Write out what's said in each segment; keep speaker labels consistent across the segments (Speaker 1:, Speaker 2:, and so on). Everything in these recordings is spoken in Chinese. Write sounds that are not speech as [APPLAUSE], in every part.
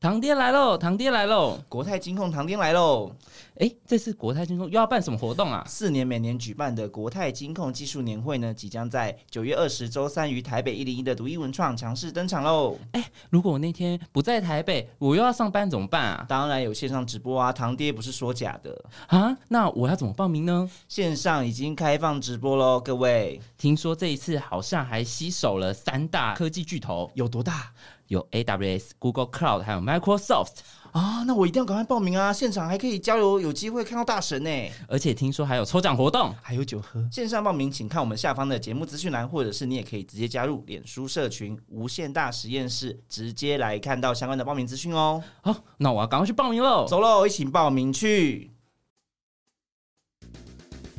Speaker 1: 堂爹来喽！堂爹来喽！
Speaker 2: 国泰金控堂丁来喽！
Speaker 1: 哎，这次国泰金控又要办什么活动啊？
Speaker 2: 四年每年举办的国泰金控技术年会呢，即将在九月二十周三于台北一零一的独一文创强势登场喽！
Speaker 1: 如果我那天不在台北，我又要上班怎么办啊？
Speaker 2: 当然有线上直播啊，堂爹不是说假的，
Speaker 1: 啊，那我要怎么报名呢？
Speaker 2: 线上已经开放直播喽，各位
Speaker 1: 听说这一次好像还吸手了三大科技巨头，
Speaker 2: 有多大
Speaker 1: 有 AWS、Google Cloud 还有 Microsoft，
Speaker 2: 啊？那我一定要赶快报名啊！现场还可以交流，有机会看到大神呢、
Speaker 1: 而且听说还有抽奖活动。
Speaker 2: 还有酒喝。线上报名，请看我们下方的节目资讯栏，或者是你也可以直接加入脸书社群“无限大实验室”，直接来看到相关的报名资讯哦。
Speaker 1: 好，那我要赶快去报名喽！
Speaker 2: 走喽，一起报名去。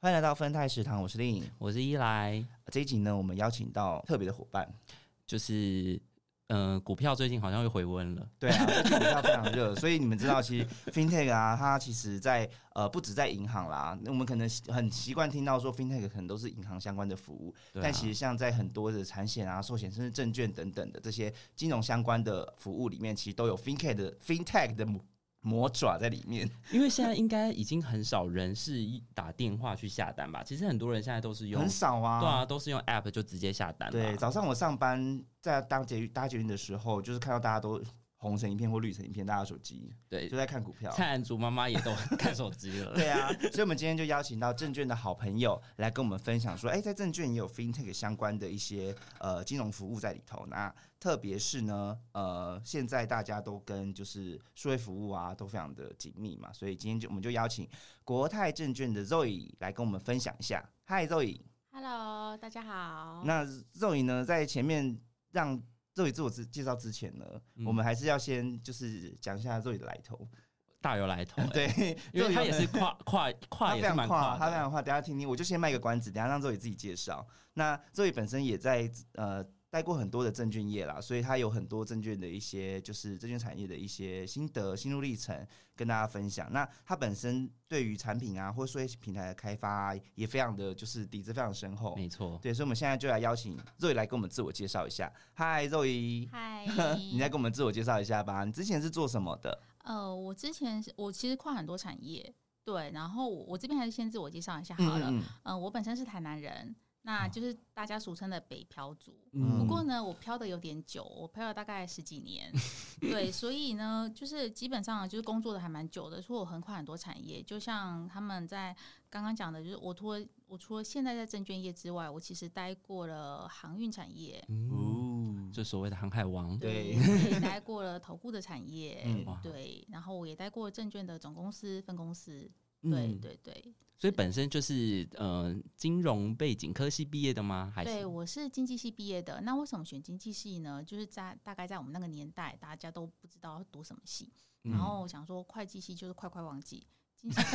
Speaker 2: 欢迎来到芬泰食堂，我是令。
Speaker 1: 我是一来，
Speaker 2: 这一集呢，我们邀请到特别的伙伴。
Speaker 1: 就是呃，股票最近好像又回温了。
Speaker 2: 对啊，最近股票非常热，所以你们知道，其实 fintech 啊，它其实在呃不止在银行啦，那我们可能很习惯听到说 fintech 可能都是银行相关的服务，
Speaker 1: 对啊
Speaker 2: 但其实像在很多的产险啊、寿险，甚至证券等等的这些金融相关的服务里面，其实都有 fintech 的 fintech 的魔魔爪在里面。
Speaker 1: 因为现在应该已经很少人是一打电话去下单吧？其实很多人现在都是用
Speaker 2: 很少啊，
Speaker 1: 对啊，都是用 App 就直接下单
Speaker 2: 对，
Speaker 1: 了。
Speaker 2: 早上我上班在搭捷运搭捷运的时候，就是看到大家都红成一片或绿成一片，大家手机
Speaker 1: 对
Speaker 2: 就
Speaker 1: 对，
Speaker 2: 在看股票。
Speaker 1: 蔡澜竹妈妈也都看手机 [LAUGHS] 了。
Speaker 2: 对啊，所以我们今天就邀请到证券的好朋友来跟我们分享说，哎、在证券也有 fintech 相关的一些呃金融服务在里头。那特别是呢，呃，现在大家都跟就是数位服务啊都非常的紧密嘛，所以今天就我们就邀请国泰证券的 Zoe 来跟我们分享一下。嗨，Zoe，
Speaker 3: Hello，大家好。
Speaker 2: 那 Zoe 呢，在前面让 Zoe 自我自介绍之前呢，
Speaker 1: 嗯
Speaker 2: 我们还是要先就是讲一下 Zoe 的来头。
Speaker 1: 大有来头、欸。，
Speaker 2: 对，
Speaker 1: 因为
Speaker 2: Zoe
Speaker 1: 他
Speaker 2: 有
Speaker 1: 也是跨跨跨
Speaker 2: 他
Speaker 1: 也是
Speaker 2: 非常
Speaker 1: 蛮
Speaker 2: 跨，
Speaker 1: 跨
Speaker 2: 他非
Speaker 1: 的。
Speaker 2: 常跨。等一下听听，我就先卖个关子，等一下让周宇自己介绍。那周宇本身也在呃待过很多的证券业啦，所以他有很多证券的一些就是证券产业的一些心得、心路历程跟大家分享。那他本身对于产品啊，或者说平台的开发、啊，也非常的就是底子非常深厚。
Speaker 1: 没错，
Speaker 2: 对，所以我们现在就来邀请肉 e 来跟我们自我介绍一下。嗨，肉 e
Speaker 3: 嗨，
Speaker 2: 你再跟我们自我介绍一下吧。你之前是做什么的？
Speaker 3: 呃，我之前是我其实跨很多产业，对，然后我我这边还是先自我介绍一下好了。嗯、
Speaker 2: 嗯
Speaker 3: 我本身是台南人，那就是大家俗称的北漂族。
Speaker 2: 嗯
Speaker 3: 不
Speaker 1: 嗯，
Speaker 3: 过呢，我漂的有点久，我漂了大概十几年，对，所以呢，就是基本上就是工作的还蛮久的，所以我横跨很多产业。就像他们在刚刚讲的，就是我除了我除了现在在证券业之外，我其实待过了航运产业，
Speaker 1: 嗯，
Speaker 3: [LAUGHS]
Speaker 2: 嗯，
Speaker 1: 就所谓的航海王。
Speaker 2: 对
Speaker 3: 对，嗯
Speaker 1: [LAUGHS]
Speaker 3: 我也待过了投顾的产业，
Speaker 2: 嗯
Speaker 1: 哇
Speaker 3: 对，然后我也待过证券的总公司、分公司，对、
Speaker 1: 嗯
Speaker 3: 对对，
Speaker 1: 所以本身就是呃金融背景科系毕业的吗？还
Speaker 3: 对
Speaker 1: 是
Speaker 3: 我是经济系毕业的。那为什么选经济系呢？就是在大概在我们那个年代，大家都不知道要读什么系，
Speaker 1: 嗯
Speaker 3: 然后我想说会计系就是快快忘记。经
Speaker 1: [LAUGHS]
Speaker 3: 济系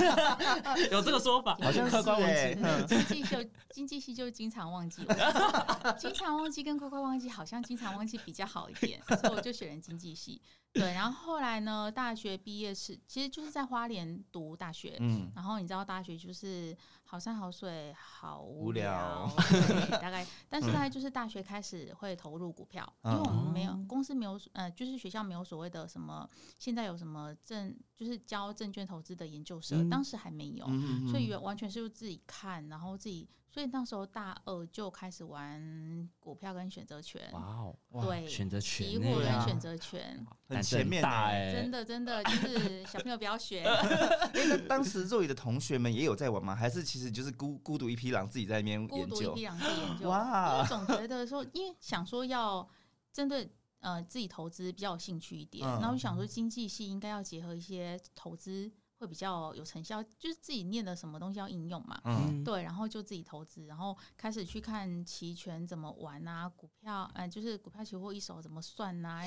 Speaker 1: 有这个说
Speaker 3: [LAUGHS]
Speaker 1: 法，
Speaker 2: 好像
Speaker 1: 客观
Speaker 2: 是
Speaker 1: 文
Speaker 2: 欸
Speaker 1: 字
Speaker 2: 嗯
Speaker 3: 经济就经济系就经常忘记，我 [LAUGHS] 就经常忘记跟快快忘记好像经常忘记比较好一点，所以我就选了经济系。对，然后后来呢，大学毕业是其实就是在花莲读大学，
Speaker 2: 嗯，
Speaker 3: 然后你知道大学就是好山好水好
Speaker 2: 无
Speaker 3: 无
Speaker 2: 聊嗯
Speaker 3: 聊，对大
Speaker 2: [LAUGHS]
Speaker 3: 概，但是大概就是大学开始会投入股票，
Speaker 2: 哦
Speaker 3: 因为我们没有
Speaker 1: 嗯
Speaker 3: 公司没有呃，就是学校没有所谓的什么现在有什么证，就是教证券投资的研究社，
Speaker 1: 嗯
Speaker 3: 当时还没有，
Speaker 2: 嗯
Speaker 3: 所以原完全是自己看，然后自己，所以那时候大二就开始玩股票跟选择权，
Speaker 1: 哇哦，
Speaker 2: 哇
Speaker 3: 对，
Speaker 1: 选择权
Speaker 3: 期货
Speaker 1: 欸
Speaker 2: 对啊
Speaker 3: 跟选择权，
Speaker 2: 很
Speaker 1: 胆子
Speaker 2: 前面
Speaker 1: 大
Speaker 2: 欸
Speaker 1: 哎，
Speaker 3: 真的真的就是小朋友不
Speaker 2: [LAUGHS]
Speaker 3: 要学。
Speaker 2: 那当时肉里的同学们也有在玩吗？还是其实就是孤孤独一匹狼自己在那边
Speaker 3: 孤
Speaker 2: 研
Speaker 3: 独一
Speaker 2: 究
Speaker 3: 匹？狼自己研究。因为
Speaker 2: 哇，
Speaker 3: 总觉得说，因为想说要针对呃自己投资比较有兴趣一点，
Speaker 2: 嗯
Speaker 3: 然后就想说经济系应该要结合一些投资会比较有成效，就是自己念的什么东西要应用嘛。
Speaker 2: 嗯，
Speaker 1: 嗯
Speaker 3: 对，然后就自己投资，然后开始去看期呃哎权怎么玩啊，股票，嗯、就是股票期货一手怎么算啊，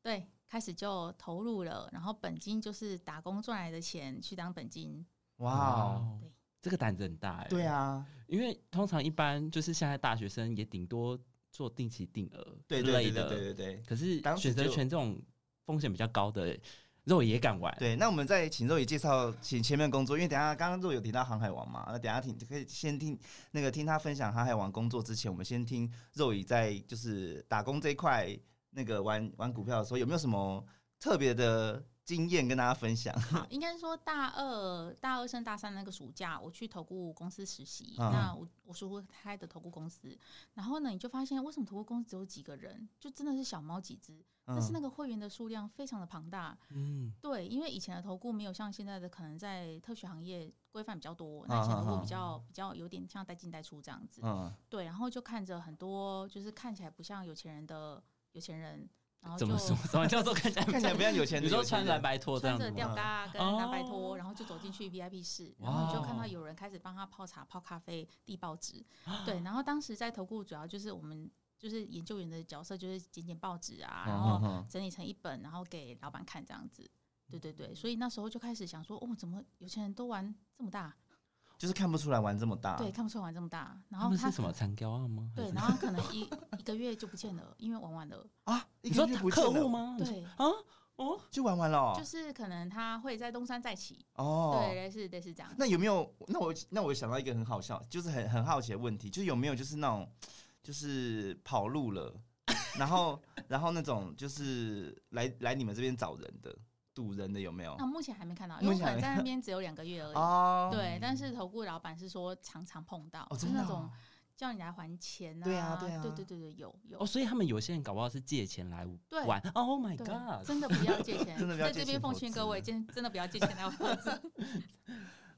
Speaker 3: 对，开始就投入了，然后本金就是打工赚来的钱去当本金。
Speaker 2: 哇哦，
Speaker 1: 哦
Speaker 3: 对
Speaker 1: 这个胆子很大哎、
Speaker 2: 对，啊，
Speaker 1: 因为通常一般就是现在大学生也顶多做定期定额
Speaker 2: 对
Speaker 1: 之
Speaker 2: 对
Speaker 1: 类
Speaker 2: 对对
Speaker 1: 的，
Speaker 2: 对对对。
Speaker 1: 可是
Speaker 2: 当时
Speaker 1: 选择
Speaker 2: 就
Speaker 1: 权这种风险比较高的，肉也敢玩。
Speaker 2: 对，那我们再请肉也介绍前前面工作，因为等一下刚刚肉有提到航海王嘛，那等一下听可以先听那个听他分享航海王工作之前，我们先听肉也在就是打工这一块那个玩玩股票的时候有没有什么特别的经验跟大家分享？
Speaker 3: 好，应该说大二、大二升大三那个暑假，我去投顾公司实习。
Speaker 2: 嗯
Speaker 3: 那我我叔叔开的投顾公司，然后呢，你就发现为什么投顾公司只有几个人，就真的是小猫几只，
Speaker 2: 嗯
Speaker 3: 但是那个会员的数量非常的庞大。
Speaker 1: 嗯，
Speaker 3: 对，因为以前的投顾没有像现在的可能在特许行业规范比较
Speaker 1: 啊
Speaker 3: 多，那以前投顾比较比较有点像带进带出这样子。
Speaker 2: 嗯，
Speaker 3: 对，然后就看着很多就是看起来不像有钱人的有钱人，然后
Speaker 1: 怎
Speaker 3: 就
Speaker 1: 么说？怎么叫做看起来
Speaker 2: [LAUGHS] 看起来比较有钱的
Speaker 1: 你说
Speaker 2: 有钱
Speaker 1: 穿
Speaker 2: 人
Speaker 1: 蓝白拖这
Speaker 3: 穿
Speaker 1: 样
Speaker 3: 着
Speaker 1: 子吗？
Speaker 3: 吊嘎跟
Speaker 1: 哦
Speaker 3: 大白拖，然后就走进去 VIP 室，然后你就看到有人开始帮他泡茶、泡咖啡、递报
Speaker 1: [GASPS]
Speaker 3: 纸。对，然后当时在投顾主要就是我们就是研究员的角色，就是剪剪报纸啊，然后
Speaker 2: 嗯
Speaker 3: 整理成一本，然后给老板看这样子。对对对，所以那时候就开始想说，哦，怎么有钱人都玩这么大？
Speaker 2: 就是看不出来玩这么大，
Speaker 3: 对，看不出来玩这么大。然
Speaker 1: 他
Speaker 3: 后
Speaker 1: 们
Speaker 3: 他
Speaker 1: 是什么残雕案吗？
Speaker 3: 对，然后可能一一个月就不见了，因为玩完
Speaker 2: [LAUGHS]
Speaker 3: 了。
Speaker 2: 啊，
Speaker 1: 你
Speaker 2: 一个
Speaker 1: 说
Speaker 2: 月不见
Speaker 1: 客
Speaker 2: 了
Speaker 1: 户吗？你说
Speaker 3: 对，
Speaker 1: 啊，哦，
Speaker 2: 就玩完了哦，
Speaker 3: 就是可能他会在东山再起，
Speaker 2: 哦
Speaker 3: 对，类似类似这样。
Speaker 2: 那有没有？那我那我想到一个很好笑，就是很很好奇的问题，就是有没有就是那种就是跑路了， [LAUGHS] 然后然后那种就是来来你们这边找人的堵人的有没有
Speaker 3: 那？目前还没看到，
Speaker 2: 目
Speaker 3: 因为
Speaker 2: 前
Speaker 3: 我
Speaker 2: 还
Speaker 3: 们
Speaker 2: 没
Speaker 3: 在那边只有两个月而已。
Speaker 2: 哦，
Speaker 3: 对，但是投顾老板是说常常碰到，
Speaker 2: 哦，
Speaker 3: 就
Speaker 2: 真
Speaker 3: 是
Speaker 2: 的哦
Speaker 3: 那种叫你来还钱啊，
Speaker 2: 对啊对啊，Oh
Speaker 3: 对对对对有有
Speaker 1: 哦，所以他们有些人搞不好是借钱来
Speaker 3: 对
Speaker 1: 玩。Oh my
Speaker 3: 对
Speaker 1: god！
Speaker 3: 真的不要借
Speaker 2: [LAUGHS]
Speaker 3: 钱，
Speaker 2: 真的不要
Speaker 3: 在
Speaker 2: 借
Speaker 3: 这
Speaker 2: 钱
Speaker 3: 边奉
Speaker 2: 投
Speaker 3: 劝
Speaker 2: 资
Speaker 3: 各位，真真的不要借钱来投资。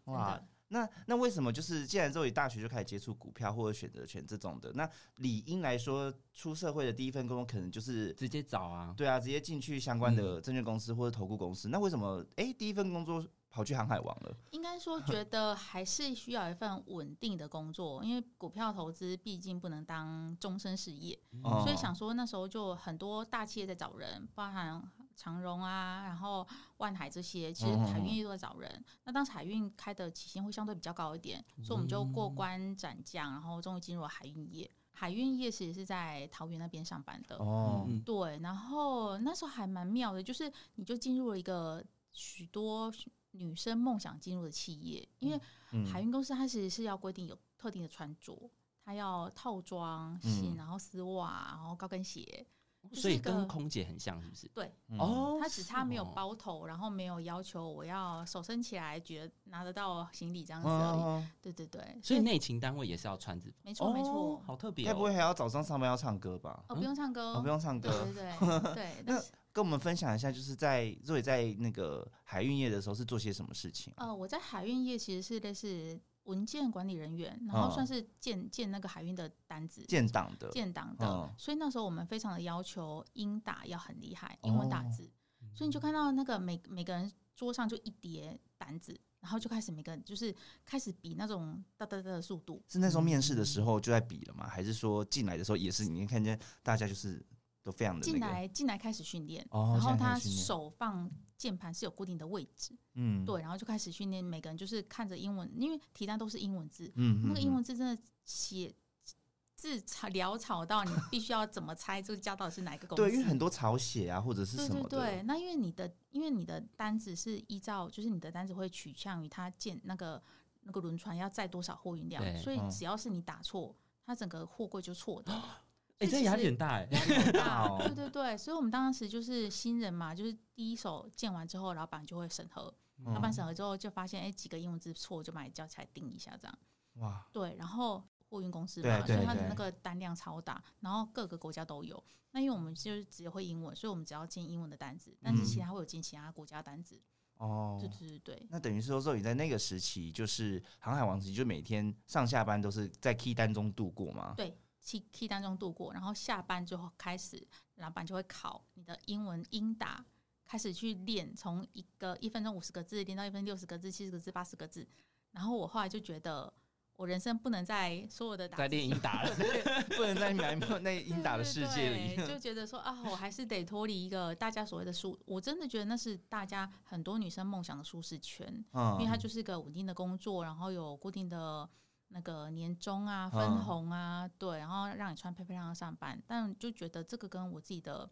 Speaker 2: 哇
Speaker 3: 真的。
Speaker 2: 那那为什么就是既然之后你大学就开始接触股票或者选择权这种的，那理应来说出社会的第一份工作可能就是
Speaker 1: 直接找啊，
Speaker 2: 对啊，直接进去相关的证券公司或者投顾公司。那为什么哎第一份工作跑去航海王了？
Speaker 3: 应该说，觉得还是需要一份稳定的工作，因为股票投资毕竟不能当终身事业，
Speaker 2: 哦
Speaker 3: 嗯所以想说那时候就很多大企业在找人，包含长荣啊，然后万海这些，其实
Speaker 2: 嗯嗯嗯
Speaker 3: 海运也都在找人。那当时海运开的起薪会相对比较高一点，所以我们就过关斩将，然后终于进入了海运业。海运业其实是在桃园那边上班的，
Speaker 2: 哦，
Speaker 1: 嗯，
Speaker 3: 对，然后那时候还蛮妙的，就是你就进入了一个许多女生梦想进入的企业，因为
Speaker 2: 嗯
Speaker 3: 海运公司它其实是要规定有特定的穿着，它要套装、鞋，
Speaker 2: 嗯
Speaker 3: 然后丝袜，然后高跟鞋，就是
Speaker 1: 所以
Speaker 3: 一个
Speaker 1: 跟空姐很像，是不是？
Speaker 3: 对，
Speaker 2: 嗯
Speaker 1: 哦，
Speaker 3: 它只差没有
Speaker 1: 是哦
Speaker 3: 包头，然后没有要求我要手伸起来，觉得拿得到行李这样子而已。
Speaker 2: 嗯，
Speaker 3: 对对对，
Speaker 1: 所以内勤单位也是要穿制服，
Speaker 3: 没错没
Speaker 1: 哦
Speaker 3: 错，
Speaker 1: 好特别
Speaker 2: 该不会
Speaker 1: 哦。
Speaker 2: 还要早上上班要唱歌吧？
Speaker 3: 哦不用唱歌，
Speaker 2: 哦，不用唱
Speaker 3: 对
Speaker 2: 歌，
Speaker 3: 对
Speaker 2: [LAUGHS]
Speaker 3: 对对，但
Speaker 2: 那
Speaker 3: 是
Speaker 2: 跟我们分享一下，就是在若雨在那个海运业的时候是做些什么事情？啊
Speaker 3: 呃，我在海运业其实是类似文件管理人员，然后
Speaker 2: 嗯
Speaker 3: 算是建建那个海运的单子。
Speaker 2: 建档的，
Speaker 3: 建档的，
Speaker 2: 嗯
Speaker 3: 所以那时候我们非常的要求英打要很厉害，英文打
Speaker 2: 哦
Speaker 3: 字，所以你就看到那个每每个人桌上就一叠单子，然后就开始每个人就是开始比那种哒哒哒的速度，
Speaker 2: 是那时候面试的时
Speaker 3: 嗯
Speaker 2: 候就在比了吗？还是说进来的时候也是你看见大家就是都非常的
Speaker 3: 进
Speaker 2: 那个？
Speaker 3: 来进来开始训练，
Speaker 2: 哦进
Speaker 3: 然后
Speaker 2: 来开
Speaker 3: 他
Speaker 2: 始训练
Speaker 3: 手放键盘是有固定的位置，
Speaker 2: 嗯，
Speaker 3: 对，然后就开始训练每个人就是看着英文，因为题单都是英文字，
Speaker 2: 嗯，嗯，
Speaker 3: 那个英
Speaker 2: 嗯
Speaker 3: 文字真的写字吵潦草到你必须要怎么猜这个家到底是哪一个公司？
Speaker 2: 对，因为很多草写啊或者是
Speaker 3: 对
Speaker 2: 什
Speaker 3: 对
Speaker 2: 么
Speaker 3: 对
Speaker 2: 的，，
Speaker 3: 那因为你的因为你的单子是依照就是你的单子会取向于它建那个那个轮船要载多少货运量
Speaker 1: 对，
Speaker 3: 所以
Speaker 2: 嗯啊
Speaker 3: 只要是你打错，它整个货柜就错的。
Speaker 1: 哎，
Speaker 3: 所
Speaker 1: 这
Speaker 3: 以其
Speaker 1: 压
Speaker 3: 实
Speaker 1: 力很大哎。
Speaker 2: 大哦
Speaker 3: 对对对，所以我们当时就是新人嘛，就是第一手建完之后，老板就会审核，老板
Speaker 2: 嗯
Speaker 3: 审核之后就发现哎几个英文字错，就把你叫起来定一下这样。
Speaker 2: 哇，
Speaker 3: 对，然后货运公司
Speaker 2: 对
Speaker 3: 嘛，所
Speaker 2: 对
Speaker 3: 以它的
Speaker 2: 对
Speaker 3: 那个单量超大，然后各个国家都有。那因为我们就是只会英文，所以我们只要进英文的单子，但是其
Speaker 2: 嗯
Speaker 3: 他会有进其他国家单子。
Speaker 2: 哦
Speaker 3: 对，对对对，
Speaker 2: 那等于是说，肉你在那个时期就是航海王时期，就每天上下班都是在 key 单中度过吗？
Speaker 3: 对，T T 当中度过，然后下班之后开始，老板就会考你的英文英打。开始去练，从一个一分钟五十个字练到一分六十个字、七十个字、八十个字，然后我后来就觉得我人生不能再所有的打
Speaker 1: 在练英打了，
Speaker 2: 不能在埋没那英打的世界
Speaker 3: 对对
Speaker 2: 里。
Speaker 3: 对就觉得说啊，我还是得脱离一个大家所谓的舒，我真的觉得那是大家很多女生梦想的舒适圈，因为
Speaker 2: 嗯，
Speaker 3: 它就是个稳定的工作，然后有固定的那个年终啊、分
Speaker 2: 嗯
Speaker 3: 红啊，对，然后让你穿漂漂亮亮上班，但就觉得这个跟我自己的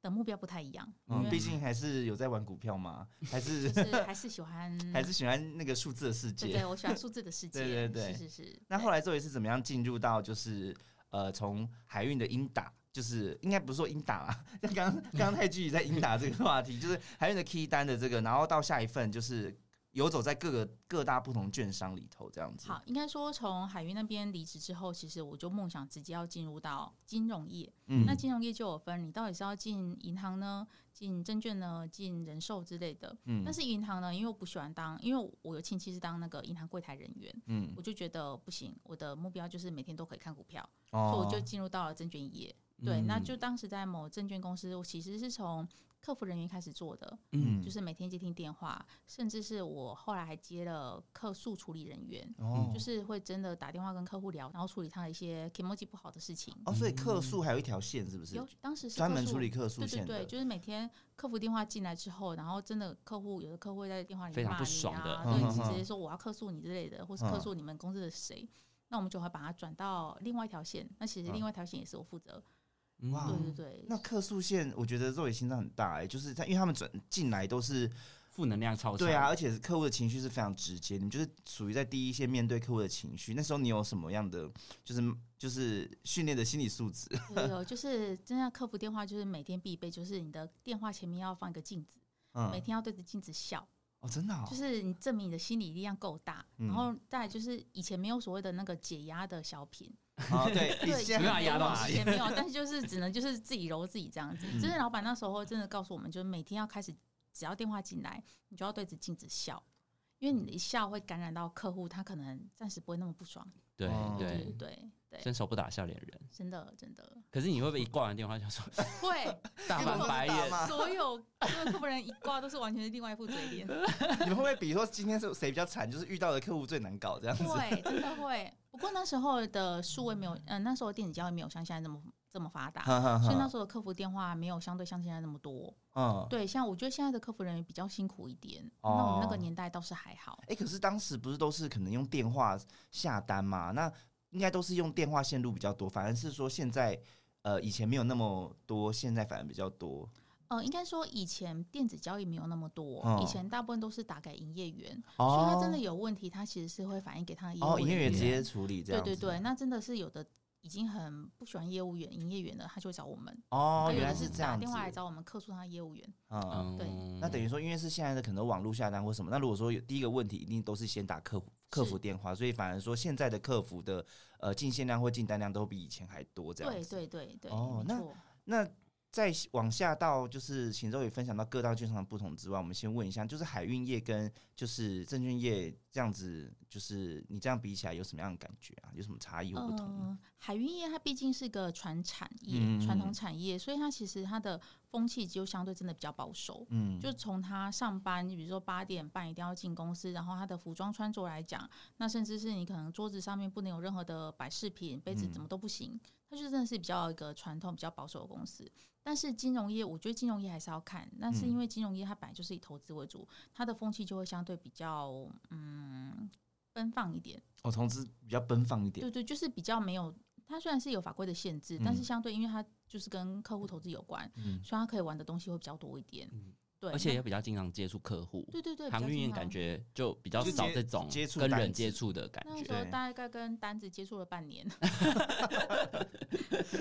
Speaker 3: 的目标不太一样，因
Speaker 2: 嗯，
Speaker 3: 为
Speaker 2: 毕竟还是有在玩股票嘛，还是，
Speaker 3: 就是还是喜欢
Speaker 2: 还是喜欢那个数字的世
Speaker 3: 对
Speaker 2: 界。
Speaker 3: 对，我喜欢数字的世界，
Speaker 2: 对对对
Speaker 3: 是是是。
Speaker 2: 那后
Speaker 3: 来
Speaker 2: 来周也是怎么样进入到就是呃，从海运的英打，就是应该不是说英打啊，但刚刚刚太具体在英打这个话题，就是海运的 key 单的这个，然后到下一份就是游走在各个各大不同券商里头这样子。
Speaker 3: 好，应该说从海云那边离职之后，其实我就梦想直接要进入到金融业。
Speaker 2: 嗯
Speaker 3: 那金融业就有分，你到底是要进银行呢，进证券呢，进人寿之类的。
Speaker 2: 嗯
Speaker 3: 但是银行呢，因为我不喜欢当，因为我有亲戚是当那个银行柜台人员，
Speaker 2: 嗯，
Speaker 3: 我就觉得不行，我的目标就是每天都可以看股票，所以
Speaker 2: 哦
Speaker 3: 我就进入到了证券业。 [LAUGHS] 对，
Speaker 1: 嗯
Speaker 3: 那就当时在某证券公司，我其实是从客服人员开始做的，
Speaker 2: 嗯
Speaker 3: 就是每天接听电话，甚至是我后来还接了客诉处理人员，
Speaker 2: 哦
Speaker 3: 就是会真的打电话跟客户聊，然后处理他的一些 k i m o j i 不好的事情。
Speaker 2: 哦，所以客诉还有一条线是不是
Speaker 3: 有？当时是
Speaker 2: 专
Speaker 3: 客
Speaker 2: 门
Speaker 3: 诉
Speaker 2: 处理客诉
Speaker 3: 对对
Speaker 2: 线
Speaker 3: 对，
Speaker 2: 的。
Speaker 3: 就是每天客服电话进来之后，然后真的客户有的客户会在电话里
Speaker 1: 非常
Speaker 3: 骂
Speaker 1: 不
Speaker 3: 你
Speaker 1: 爽的
Speaker 3: 啊
Speaker 2: 嗯
Speaker 3: 对，
Speaker 2: 嗯嗯
Speaker 3: 直接说我要客诉你之类的，或是
Speaker 2: 嗯
Speaker 3: 客诉你们公司的谁，那我们就会把它转到另外一条线。那其实
Speaker 2: 嗯
Speaker 3: 另外一条线也是我负责，
Speaker 2: 哇
Speaker 3: 对
Speaker 2: 哦
Speaker 3: 对
Speaker 1: 嗯
Speaker 3: 对。
Speaker 2: 那客诉线，我觉得肉也心脏很大哎、就是他，因为他们转进来都是
Speaker 1: 负能量超强。
Speaker 2: 对啊，，而且是客户的情绪是非常直接，你们就是属于在第一线面对客户的情绪。那时候你有什么样的就是就是训练的心理素质？
Speaker 3: 有有，就是真的客服电话就是每天必备，就是你的电话前面要放一个镜子，每
Speaker 2: 嗯，
Speaker 3: 天要对着镜子笑，
Speaker 2: 哦，真的、哦，
Speaker 3: 就是你证明你的心理力量够大。
Speaker 2: 嗯
Speaker 3: 然后再来就是以前没有所谓的那个解压的小品，
Speaker 2: 哦，对，
Speaker 3: 对，
Speaker 2: 你现
Speaker 1: 没办
Speaker 2: 在
Speaker 1: 法压到
Speaker 3: 以
Speaker 1: 谁
Speaker 3: 前没有，但是就是只能就是自己揉自己这样子。
Speaker 2: 嗯
Speaker 3: 就是老板那时候真的告诉我们，就是每天要开始，只要电话进来，你就要对着镜子笑，因为你的一笑会感染到客户，他可能暂时不会那么不爽。
Speaker 1: 对
Speaker 2: 哦
Speaker 3: 对
Speaker 1: 对，
Speaker 3: 对对，
Speaker 1: 伸手不打笑脸人。
Speaker 3: 真的真的
Speaker 1: 可是你会不会一挂完电话就
Speaker 2: [LAUGHS]
Speaker 1: 说
Speaker 3: 会，
Speaker 1: 大翻白
Speaker 2: 大
Speaker 1: 眼？
Speaker 2: 骂
Speaker 3: 所有所有客户人一挂都是完全是另外一副嘴脸，
Speaker 2: 你们会不会比如说今天是谁比较惨，就是遇到的客户最难搞这样子？
Speaker 3: 会真的会。不过那时候的数位没有，嗯、那时候电子交易没有像现在这么这么
Speaker 2: [LAUGHS]
Speaker 3: 发达。
Speaker 2: 哈哈
Speaker 3: 啊所以那
Speaker 2: 哈，
Speaker 3: 时候的客服电话没有相对像现在那么多，
Speaker 2: 嗯，
Speaker 3: 对，像我觉得现在的客服人员比较辛苦一点，
Speaker 2: 哦
Speaker 3: 那我们那个年代倒是还好。
Speaker 2: 哎、可是当时不是都是可能用电话下单嘛？那应该都是用电话线路比较多，反而是说现在呃以前没有那么多，现在反而比较多。
Speaker 3: 呃，应该说以前电子交易没有那么多，
Speaker 2: 哦
Speaker 3: 以前大部分都是打给营业员，
Speaker 2: 哦
Speaker 3: 所以他真的有问题，他其实是会反映给他的业务
Speaker 2: 哦，营业员
Speaker 1: 员
Speaker 2: 直接处理这
Speaker 3: 对
Speaker 2: 样子。
Speaker 3: 对对，那真的是有的已经很不喜欢业务员、营业员了，他就会找我们。
Speaker 2: 哦，
Speaker 3: 他有
Speaker 2: 原来
Speaker 3: 的
Speaker 2: 是
Speaker 3: 是
Speaker 2: 这样
Speaker 3: 打
Speaker 2: 子。
Speaker 3: 电话来找我们客诉他的业务员。
Speaker 2: 嗯，
Speaker 1: 嗯，
Speaker 3: 对
Speaker 2: 那等于说，因为是现在的可能网络下单或什么，那如果说有第一个问题，一定都是先打客服客服电话，所以反而说现在的客服的呃进线量或进单量都比以前还多这样
Speaker 3: 对
Speaker 2: 子。
Speaker 3: 对对对，
Speaker 2: 哦
Speaker 3: 没
Speaker 2: 那
Speaker 3: 错。
Speaker 2: 那再往下到就是秦州也分享到各大券商的不同之外，我们先问一下，就是海运业跟就是证券业这样子，就是你这样比起来有什么样的感觉啊？有什么差异或不同？
Speaker 3: 呃、海运业它毕竟是个传产业、
Speaker 2: 嗯
Speaker 3: 传统产业，所以它其实它的风气就相对真的比较保守。
Speaker 2: 嗯，
Speaker 3: 就从他上班，比如说八点半一定要进公司，然后他的服装穿着来讲，那甚至是你可能桌子上面不能有任何的摆饰品、杯子，
Speaker 2: 嗯
Speaker 3: 怎么都不行。他就真的是比较一个传统、比较保守的公司。但是金融业，我觉得金融业还是要看，但是因为金融业它本来就是以投资为主，它的风气就会相对比较嗯奔放一点。
Speaker 2: 我投资哦比较奔放一点
Speaker 3: 对对，就是比较没有。它虽然是有法规的限制，但是
Speaker 2: 嗯
Speaker 3: 相对因为它就是跟客户投资有关，
Speaker 2: 嗯 [LAUGHS]
Speaker 3: 所以它可以玩的东西会比较多一点。
Speaker 1: 嗯
Speaker 3: 对，
Speaker 1: 而且
Speaker 3: 那
Speaker 1: 也比较经常接触客户，
Speaker 3: 对对对，比较
Speaker 1: 航运
Speaker 3: 经
Speaker 1: 业
Speaker 3: 常
Speaker 1: 感觉就比较少这种
Speaker 2: 就接接触
Speaker 1: 跟
Speaker 2: 单
Speaker 1: 人
Speaker 2: 子
Speaker 1: 接触的感
Speaker 3: 那时
Speaker 1: 觉。
Speaker 3: 候
Speaker 2: 对
Speaker 3: 大概跟单子接触了半年，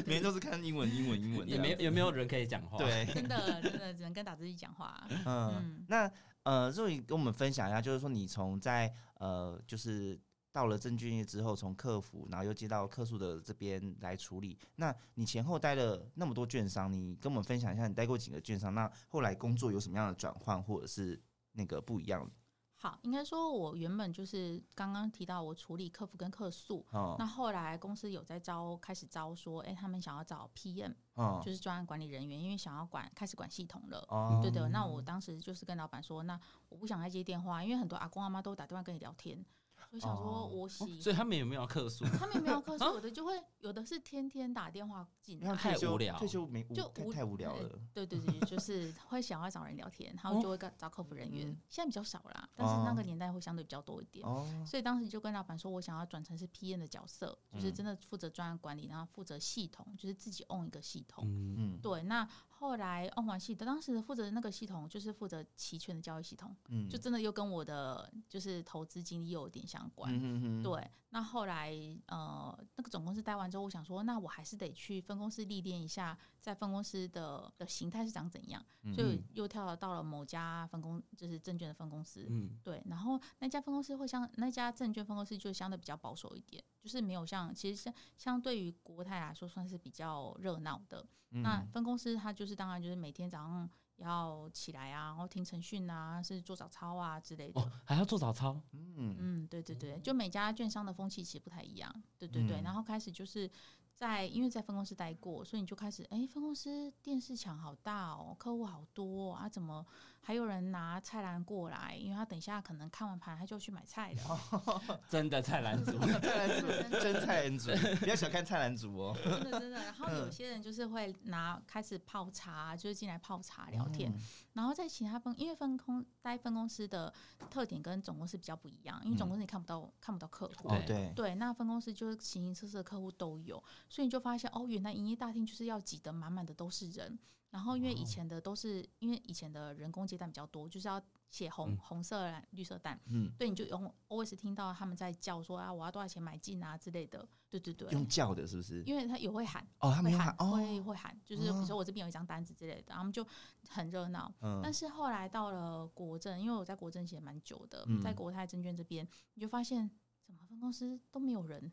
Speaker 2: 每天都是看英文、英文、英文这
Speaker 1: 也
Speaker 2: 样子，
Speaker 1: 没有没有人可以讲话？，
Speaker 2: 对，
Speaker 3: 真的真的只能跟打字机讲话。
Speaker 2: 嗯。
Speaker 3: 嗯，
Speaker 2: 那呃，若雨跟我们分享一下，就是说你从在呃，就是到了证券业之后，从客服，然后又接到客诉的这边来处理。那你前后待了那么多券商，你跟我们分享一下，你待过几个券商？那后来工作有什么样的转换，或者是那个不一样的？
Speaker 3: [LAUGHS] 好，应该说我原本就是刚刚提到我处理客服跟客诉。那
Speaker 2: 哦，
Speaker 3: 后来公司有在招，开始招说，哎、他们想要找 PM，、
Speaker 2: 哦，
Speaker 3: 就是专案管理人员，因为想要管开始管系统了。
Speaker 2: 哦，
Speaker 3: 对对，那我当时就是跟老板说，那我不想再接电话，因为很多阿公阿妈都打电话跟你聊天，就想说
Speaker 2: 哦啊
Speaker 3: 我
Speaker 1: [LAUGHS]
Speaker 3: 洗，
Speaker 1: 所以他们有没有要客诉？
Speaker 3: 他们也没有客
Speaker 2: [LAUGHS]
Speaker 3: 诉，有的就会有的是天天打电话进
Speaker 2: 因为他
Speaker 3: 来
Speaker 2: 们，退
Speaker 1: 太
Speaker 2: 休
Speaker 1: 无聊
Speaker 2: 退休没无
Speaker 3: 就
Speaker 2: 太
Speaker 3: 无
Speaker 2: 太无聊了。
Speaker 3: 对对对，就是会想要找人聊天，然后就会跟找客服人员
Speaker 2: 哦嗯。
Speaker 3: 现在比较少啦，但是那
Speaker 2: 哦
Speaker 3: 个年代会相对比较多一点。
Speaker 2: 哦，
Speaker 3: 所以当时就跟老板说，我想要转成是 PM 的角色，就是
Speaker 2: 嗯
Speaker 3: 真的负责专案管理，然后负责系统，就是自己 own 一个系统。
Speaker 1: 嗯，
Speaker 2: 嗯
Speaker 3: 对，那后来 own 完系统，当时负责的那个系统就是负责期权的交易系统，
Speaker 2: 嗯
Speaker 3: 就真的又跟我的就是投资经历又有点相关。
Speaker 2: 嗯嗯
Speaker 3: 对，那后来呃，那个总公司待完之后，我想说，那我还是得去分公司历练一下，在分公司的的形态是长怎样，
Speaker 1: 嗯
Speaker 3: 所以又跳到了某家分公，就是证券的分公司。
Speaker 1: 嗯，
Speaker 3: 对，然后那家分公司会相那家证券分公司就相对比较保守一点，就是没有像其实相相对于国泰来说算是比较热闹的。
Speaker 1: 嗯
Speaker 3: 那分公司它就是当然就是每天早上要起来啊，然后听晨训啊，甚至做早操啊之类的。
Speaker 1: 哦，还要做早操，
Speaker 2: 嗯
Speaker 3: 嗯，对对对，就每家券商的风气其实不太一样，对对对。
Speaker 2: 嗯
Speaker 3: 然后开始就是在因为在分公司待过，所以你就开始哎，分公司电视墙好大哦，客户好多、哦、啊，怎么还有人拿菜篮过来？因为他等一下可能看完盘他就去买菜了。
Speaker 2: 哦
Speaker 1: 真的太难做。
Speaker 2: 蔡澜
Speaker 3: [LAUGHS]
Speaker 2: 族，真蔡澜族，不要小看蔡澜族哦。
Speaker 3: 真的真的。然后有
Speaker 2: 嗯
Speaker 3: 些人就是会拿开始泡茶，就是进来泡茶 [LAUGHS] 聊
Speaker 2: 嗯
Speaker 3: 天。然后在其他分，因为分公待分公司的特点跟总公司比较不一样，因为总公司你看不到、看不到客户。
Speaker 2: 哦，嗯对，
Speaker 3: 对，那分公司就是形形色色的客户都有，所以你就发现哦，原来营业大厅就是要挤得满满的都是人。然后因
Speaker 2: 哦
Speaker 3: 为以前的都是因为以前的人工接待比较多，就是要写红、
Speaker 1: 嗯
Speaker 3: 红色蓝绿色蛋，
Speaker 2: 嗯，
Speaker 3: 对，你就用 always 听到他们在叫说啊，我要多少钱买进啊之类的。对对对，
Speaker 2: 用叫的是不是？
Speaker 3: 因为他也会喊，
Speaker 2: 哦，他们
Speaker 3: 会
Speaker 2: 用
Speaker 3: 喊
Speaker 2: 喊，哦，
Speaker 3: 会会喊，就是比如说我这边有一张单子之类的，然后他们就很热闹。但
Speaker 2: 嗯，
Speaker 3: 是后来到了国政，因为我在国政写蛮久的，
Speaker 2: 嗯
Speaker 3: 在国泰证券这边，你就发现怎么分公司都没有人，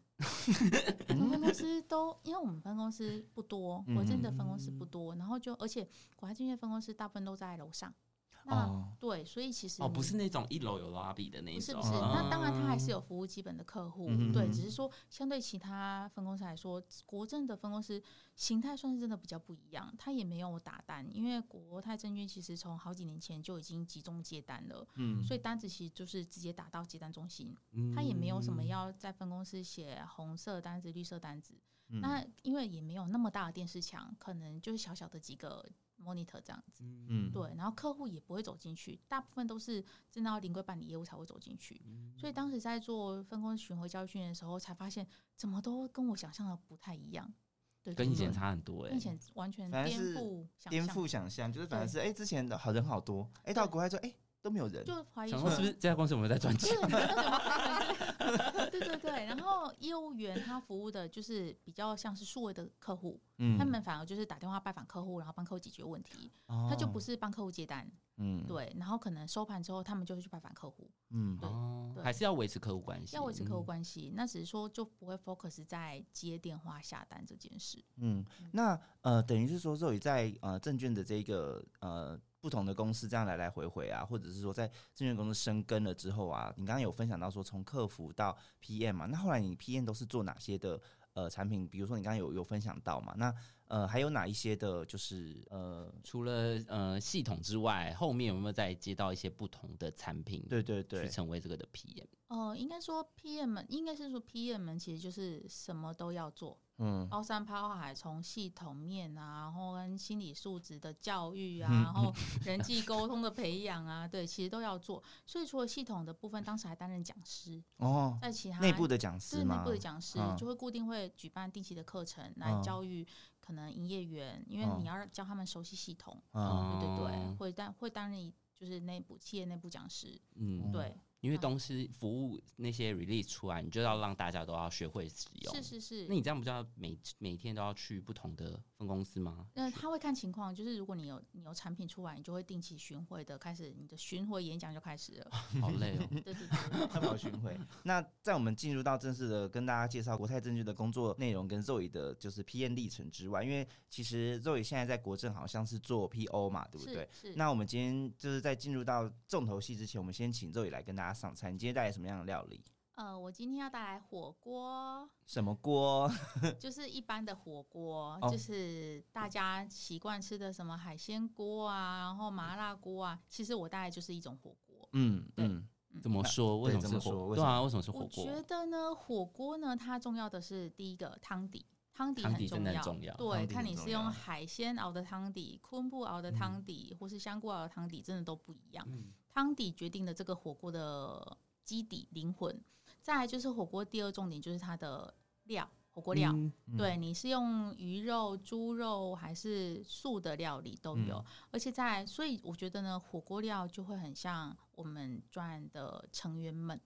Speaker 3: 怎么分公司都因为我们分公司不多，国政的分公司不多，然后就而且国泰证券分公司大部分都在楼上，那、
Speaker 2: 哦，
Speaker 3: 对，所以其实
Speaker 1: [LAUGHS] 哦，
Speaker 3: 你
Speaker 1: 不是那种一楼有拉比的那一
Speaker 3: 不是
Speaker 1: 种，
Speaker 3: 嗯不是，
Speaker 1: 嗯
Speaker 3: 那当然他还是有服务基本的客户，
Speaker 2: 哦嗯
Speaker 3: 对，
Speaker 2: 嗯
Speaker 3: 只是说相对其他分公司来说，国政的分公司形态算是真的比较不一样，它也没有打单，因为国泰证券其实从好几年前就已经集中接单了，
Speaker 2: 嗯
Speaker 3: 所以单子其实就是直接打到接单中心，
Speaker 1: 嗯
Speaker 3: 它也没有什么要在分公司写红色单子、绿色单子，
Speaker 2: 嗯
Speaker 3: 那因为也没有那么大的电视墙，可能就是小小的几个 monitor 这样子。
Speaker 2: 嗯，
Speaker 3: 对，然后客户也不会走进去，大部分都是真的要临柜办理业务才会走进去。
Speaker 2: 嗯
Speaker 3: 所以当时在做分公司巡回教育训练的时候，才发现怎么都跟我想象的不太一样。对，
Speaker 1: 跟
Speaker 3: 对
Speaker 1: 以前
Speaker 3: 对
Speaker 1: 差很多哎、
Speaker 3: 跟以前完全
Speaker 2: 反
Speaker 3: 颠
Speaker 2: 而是
Speaker 3: 覆想
Speaker 2: 颠
Speaker 3: 象，
Speaker 2: 覆想象，就是反而
Speaker 3: 对
Speaker 2: 是哎，之前的好人好多，哎，到国外说哎都没有人，
Speaker 3: 就怀疑
Speaker 1: 想说
Speaker 3: 说
Speaker 1: 是不是这家公司有没有在赚
Speaker 3: [LAUGHS] 对
Speaker 1: 钱？
Speaker 3: 你们到底有没有开门对对对，然后业务员他服务的就是比较像是数位的客户，
Speaker 2: 嗯
Speaker 3: 他们反而就是打电话拜访客户，然后帮客户解决问题，
Speaker 1: 哦
Speaker 3: 他就不
Speaker 2: 是，
Speaker 3: 是帮客户接单，
Speaker 2: 哦嗯，
Speaker 3: 对，然后可能收盘之后他们就会去拜访客户，
Speaker 2: 嗯，
Speaker 3: 对
Speaker 1: 哦，
Speaker 3: 对
Speaker 1: 还是要维持客户关系，
Speaker 3: 要维持客户
Speaker 1: 嗯
Speaker 3: 关系，那只是说就不会 focus 在接电话下单这件事。
Speaker 2: 嗯，那呃，等于是说，肉宇在呃证券的这个呃不同的公司这样来来回回啊，或者是说在证券公司深耕了之后啊，你刚刚有分享到说从客服到 PM 嘛，那后来你 PM 都是做哪些的呃产品？比如说你刚刚有有分享到嘛，那呃还有哪一些的，就是呃
Speaker 1: 除了呃系统之外，后面有没有再接到一些不同的产品？
Speaker 2: 对对
Speaker 1: 去
Speaker 2: 对，
Speaker 1: 成为这个的 PM。
Speaker 3: 呃，应该说 PM 们，应该是说 PM 们其实就是什么都要做，
Speaker 2: 嗯
Speaker 3: 包山包海，从系统面啊，然后跟心理素质的教育啊，
Speaker 2: 嗯
Speaker 3: 然
Speaker 2: [LAUGHS]
Speaker 3: 后人际沟通的培养啊，对，其实都要做。所以除了系统的部分，当时还担任讲师，
Speaker 2: 哦，
Speaker 3: 在其他
Speaker 2: 内部的讲师
Speaker 3: 是内
Speaker 2: 吗？
Speaker 3: 部的讲师
Speaker 2: 嗯
Speaker 3: 就会固定会举办定期的课程来
Speaker 2: 嗯
Speaker 3: 教育可能营业员，因为
Speaker 2: 嗯
Speaker 3: 你要教他们熟悉系统。
Speaker 2: 嗯
Speaker 3: 对对对，
Speaker 1: 哦
Speaker 3: 会担会担任一就是内部企业内部讲师，
Speaker 1: 嗯，
Speaker 3: 对，
Speaker 1: 因为东西服务那些 release 出来，你就要让大家都要学会使用。
Speaker 3: 是是
Speaker 1: 那
Speaker 3: 是。
Speaker 1: 你这样不就要每每天都要去不同的分公司吗？ [LAUGHS]
Speaker 3: 那他会看情况，就是如果你有你有产品出来，你就会定期巡回的开始，你的巡回演讲就开始了。
Speaker 1: 好累哦。
Speaker 3: 对对对，
Speaker 2: 汉堡巡回。 [LAUGHS] 那在我们进入到正式的跟大家介绍国泰证券的工作内容跟 Zoe 的就是 PM 历程之外，因为其实 Zoe 现在在国政好像是做 PO 嘛，对不对
Speaker 3: 是？是。
Speaker 2: 那我们今天就是在进入到重头戏之前，我们先请 Zoe 来跟大家上菜。你今天带来什么样的料理？
Speaker 3: 呃，我今天要带来火锅，
Speaker 2: 什么锅？
Speaker 3: 就是一般的火锅，
Speaker 2: 哦
Speaker 3: 就是大家习惯吃的什么海鲜锅啊，然后麻辣锅啊，其实我带来就是一种火锅。
Speaker 2: 嗯
Speaker 3: 对
Speaker 2: 嗯，
Speaker 1: 怎么说？为什么
Speaker 2: 对怎
Speaker 1: 是
Speaker 2: 么说
Speaker 1: 火？
Speaker 2: 为
Speaker 1: 对
Speaker 2: 什
Speaker 1: 啊，为什么是火
Speaker 3: 我
Speaker 1: 锅？
Speaker 3: 觉得呢，火锅呢，它重要的是第一个汤底，汤底
Speaker 1: 汤
Speaker 3: 很
Speaker 1: 底
Speaker 3: 重
Speaker 1: 真的
Speaker 3: 要。
Speaker 1: 很重要
Speaker 2: 汤
Speaker 3: 对，
Speaker 2: 底
Speaker 3: 看
Speaker 2: 很
Speaker 3: 你
Speaker 2: 重
Speaker 3: 是
Speaker 2: 要
Speaker 3: 用海鲜熬的汤底、昆布熬的汤底，或是香菇熬的汤底，真的都不一样。
Speaker 1: 嗯
Speaker 3: 汤底决定了这个火锅的基底灵魂。再来就是火锅第二重点就是它的料，火锅料。
Speaker 1: 嗯
Speaker 3: 对，你是用鱼肉、猪肉还是素的料理都有，
Speaker 2: 嗯
Speaker 3: 而且在所以我觉得呢，火锅料就会很像我们专案的成员们，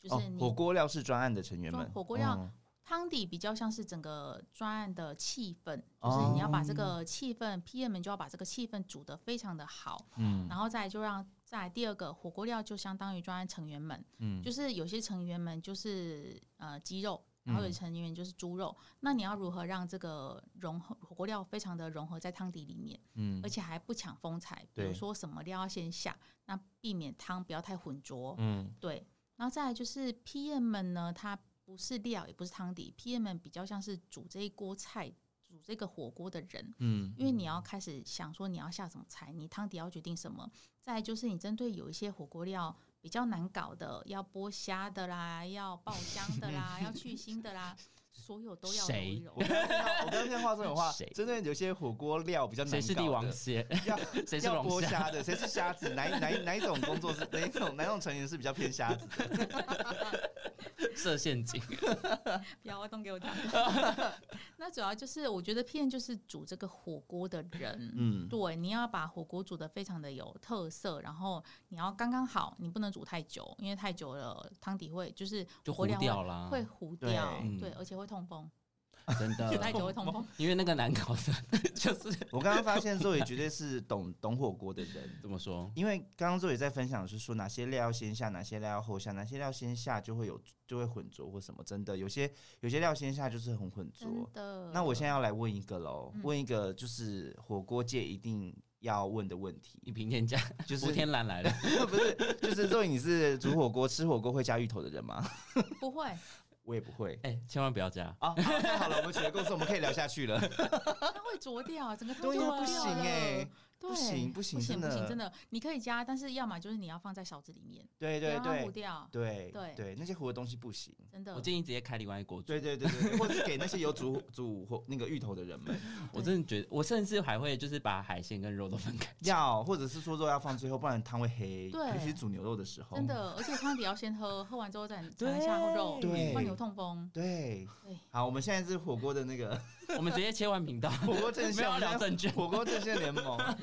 Speaker 3: 就
Speaker 2: 哦
Speaker 3: 是，你、
Speaker 2: 火锅料是专案的成员
Speaker 3: 专
Speaker 2: 们，
Speaker 3: 火锅料
Speaker 2: 嗯
Speaker 3: 汤底比较像是整个专案的气氛，
Speaker 2: 哦
Speaker 3: 就是你要把这个气氛、p m 们就要把这个气氛煮得非常的好，
Speaker 2: 嗯
Speaker 3: 然后再来就让再来第二个火锅料就相当于专案成员们。
Speaker 2: 嗯
Speaker 3: 就是有些成员们就是呃鸡肉，然后有
Speaker 2: 嗯
Speaker 3: 些成员就是猪肉，那你要如何让这个融合火锅料非常的融合在汤底里面，
Speaker 2: 嗯
Speaker 3: 而且还不抢风采？比
Speaker 2: 对
Speaker 3: 如说什么料要先下，那避免汤不要太浑浊。
Speaker 2: 嗯
Speaker 3: 对，然后再来就是 PM 们呢，它不是料也不是汤底，PM 们比较像是煮这一锅菜、煮这个火锅的人，
Speaker 2: 嗯
Speaker 3: 因为你要开始想说你要下什么菜，你汤底要决定什么。再来就是你针对有一些火锅料比较难搞的，要剥虾的啦，要爆香的啦，要去腥的啦，所有都要揉
Speaker 1: 谁
Speaker 3: 一揉。
Speaker 2: 我刚刚听到话这种话
Speaker 1: 谁，
Speaker 2: 真的有些火锅料比较难
Speaker 1: 谁是
Speaker 2: 搞
Speaker 1: 帝
Speaker 2: 的
Speaker 1: 王蟹？
Speaker 2: 要
Speaker 1: [LAUGHS] 谁是
Speaker 2: 要
Speaker 1: 龙
Speaker 2: 剥
Speaker 1: 虾？
Speaker 2: 虾的，谁是虾子？哪一哪一哪一种工作是哪 [LAUGHS] 一种哪一种成员是比较偏虾子？
Speaker 1: 设陷
Speaker 3: [LAUGHS]
Speaker 1: 阱。
Speaker 3: [LAUGHS] 不要动给我讲。 [LAUGHS] 那主要就是我觉得骗就是煮这个火锅的人。
Speaker 2: 嗯
Speaker 3: 对，你要把火锅煮得非常的有特色，然后你要刚刚好，你不能煮太久，因为太久了汤底会就是
Speaker 1: 就
Speaker 3: 火
Speaker 1: 糊
Speaker 3: 锅料会
Speaker 1: 掉啦，
Speaker 3: 会糊
Speaker 2: 对
Speaker 3: 掉，
Speaker 1: 嗯呃
Speaker 3: 对，而且会痛风，
Speaker 1: 真
Speaker 3: 煮 [LAUGHS] 太
Speaker 1: 的，
Speaker 3: 久会痛风。
Speaker 1: 因为那个难搞的，就是 [LAUGHS]
Speaker 2: 我刚刚发现周也绝对是懂 [LAUGHS] 懂火锅的人，
Speaker 1: 怎么说？
Speaker 2: 因为刚刚周也在分享是说哪些料要先下，哪些料要后下，哪些料先下就会有就会混浊或什么，真的有些有些料先下就是很混浊
Speaker 3: 真。的。
Speaker 2: 那我现在要来问一个喽，
Speaker 3: 嗯
Speaker 2: 问一个就是火锅界一定要问的问
Speaker 1: 你
Speaker 2: 题，
Speaker 1: 评天价，
Speaker 2: 就
Speaker 1: 吴
Speaker 2: 是
Speaker 1: 天蓝来了，
Speaker 2: 不是就是周颖，你是煮火锅吃火锅会加芋头的人吗？
Speaker 3: 不会，
Speaker 2: [LAUGHS] 我也不会。
Speaker 1: 哎，千万不要加。
Speaker 2: 啊，好太好了，我们取得共识，我们可以聊下去了。
Speaker 3: [LAUGHS] 它会浊掉，整个汤
Speaker 2: 对
Speaker 3: 就
Speaker 2: 呀
Speaker 3: 糊
Speaker 2: 啊不
Speaker 3: 掉
Speaker 2: 行
Speaker 3: 了
Speaker 2: 欸
Speaker 3: 啊对，
Speaker 2: 不行不行
Speaker 3: 不
Speaker 2: 真
Speaker 3: 行，不
Speaker 2: 的
Speaker 3: 行，真的，你可以加，但是要么就是你要放在勺子里面，
Speaker 2: 对
Speaker 3: 不
Speaker 2: 对
Speaker 3: 要让它
Speaker 2: 对
Speaker 3: 糊掉，
Speaker 2: 对
Speaker 3: 对
Speaker 2: 对，那些糊的东西不行。
Speaker 3: 真的
Speaker 1: 我。建议直接开另外一锅煮。
Speaker 2: 对对对 [LAUGHS] 对，或者是给那些有煮煮或那个芋头的人们
Speaker 1: 我真的觉得，我甚至还会就是把海鲜跟肉都分开。
Speaker 2: 要，或者是说肉要放最后，不然汤会黑。
Speaker 3: 对
Speaker 2: 尤其是煮牛肉的时候。
Speaker 3: 真。的，而且汤底要先喝，喝完之后再才能下后肉，
Speaker 2: 对
Speaker 3: 不然有痛风。
Speaker 2: 对
Speaker 3: 对，
Speaker 2: 好，我们现在是火锅的那个
Speaker 1: 我们直接切换
Speaker 2: [LAUGHS]
Speaker 1: 频道，
Speaker 2: 火锅阵
Speaker 1: 没有
Speaker 2: 线，。
Speaker 1: 要聊证据
Speaker 2: [LAUGHS] 火锅阵线联盟。 [LAUGHS]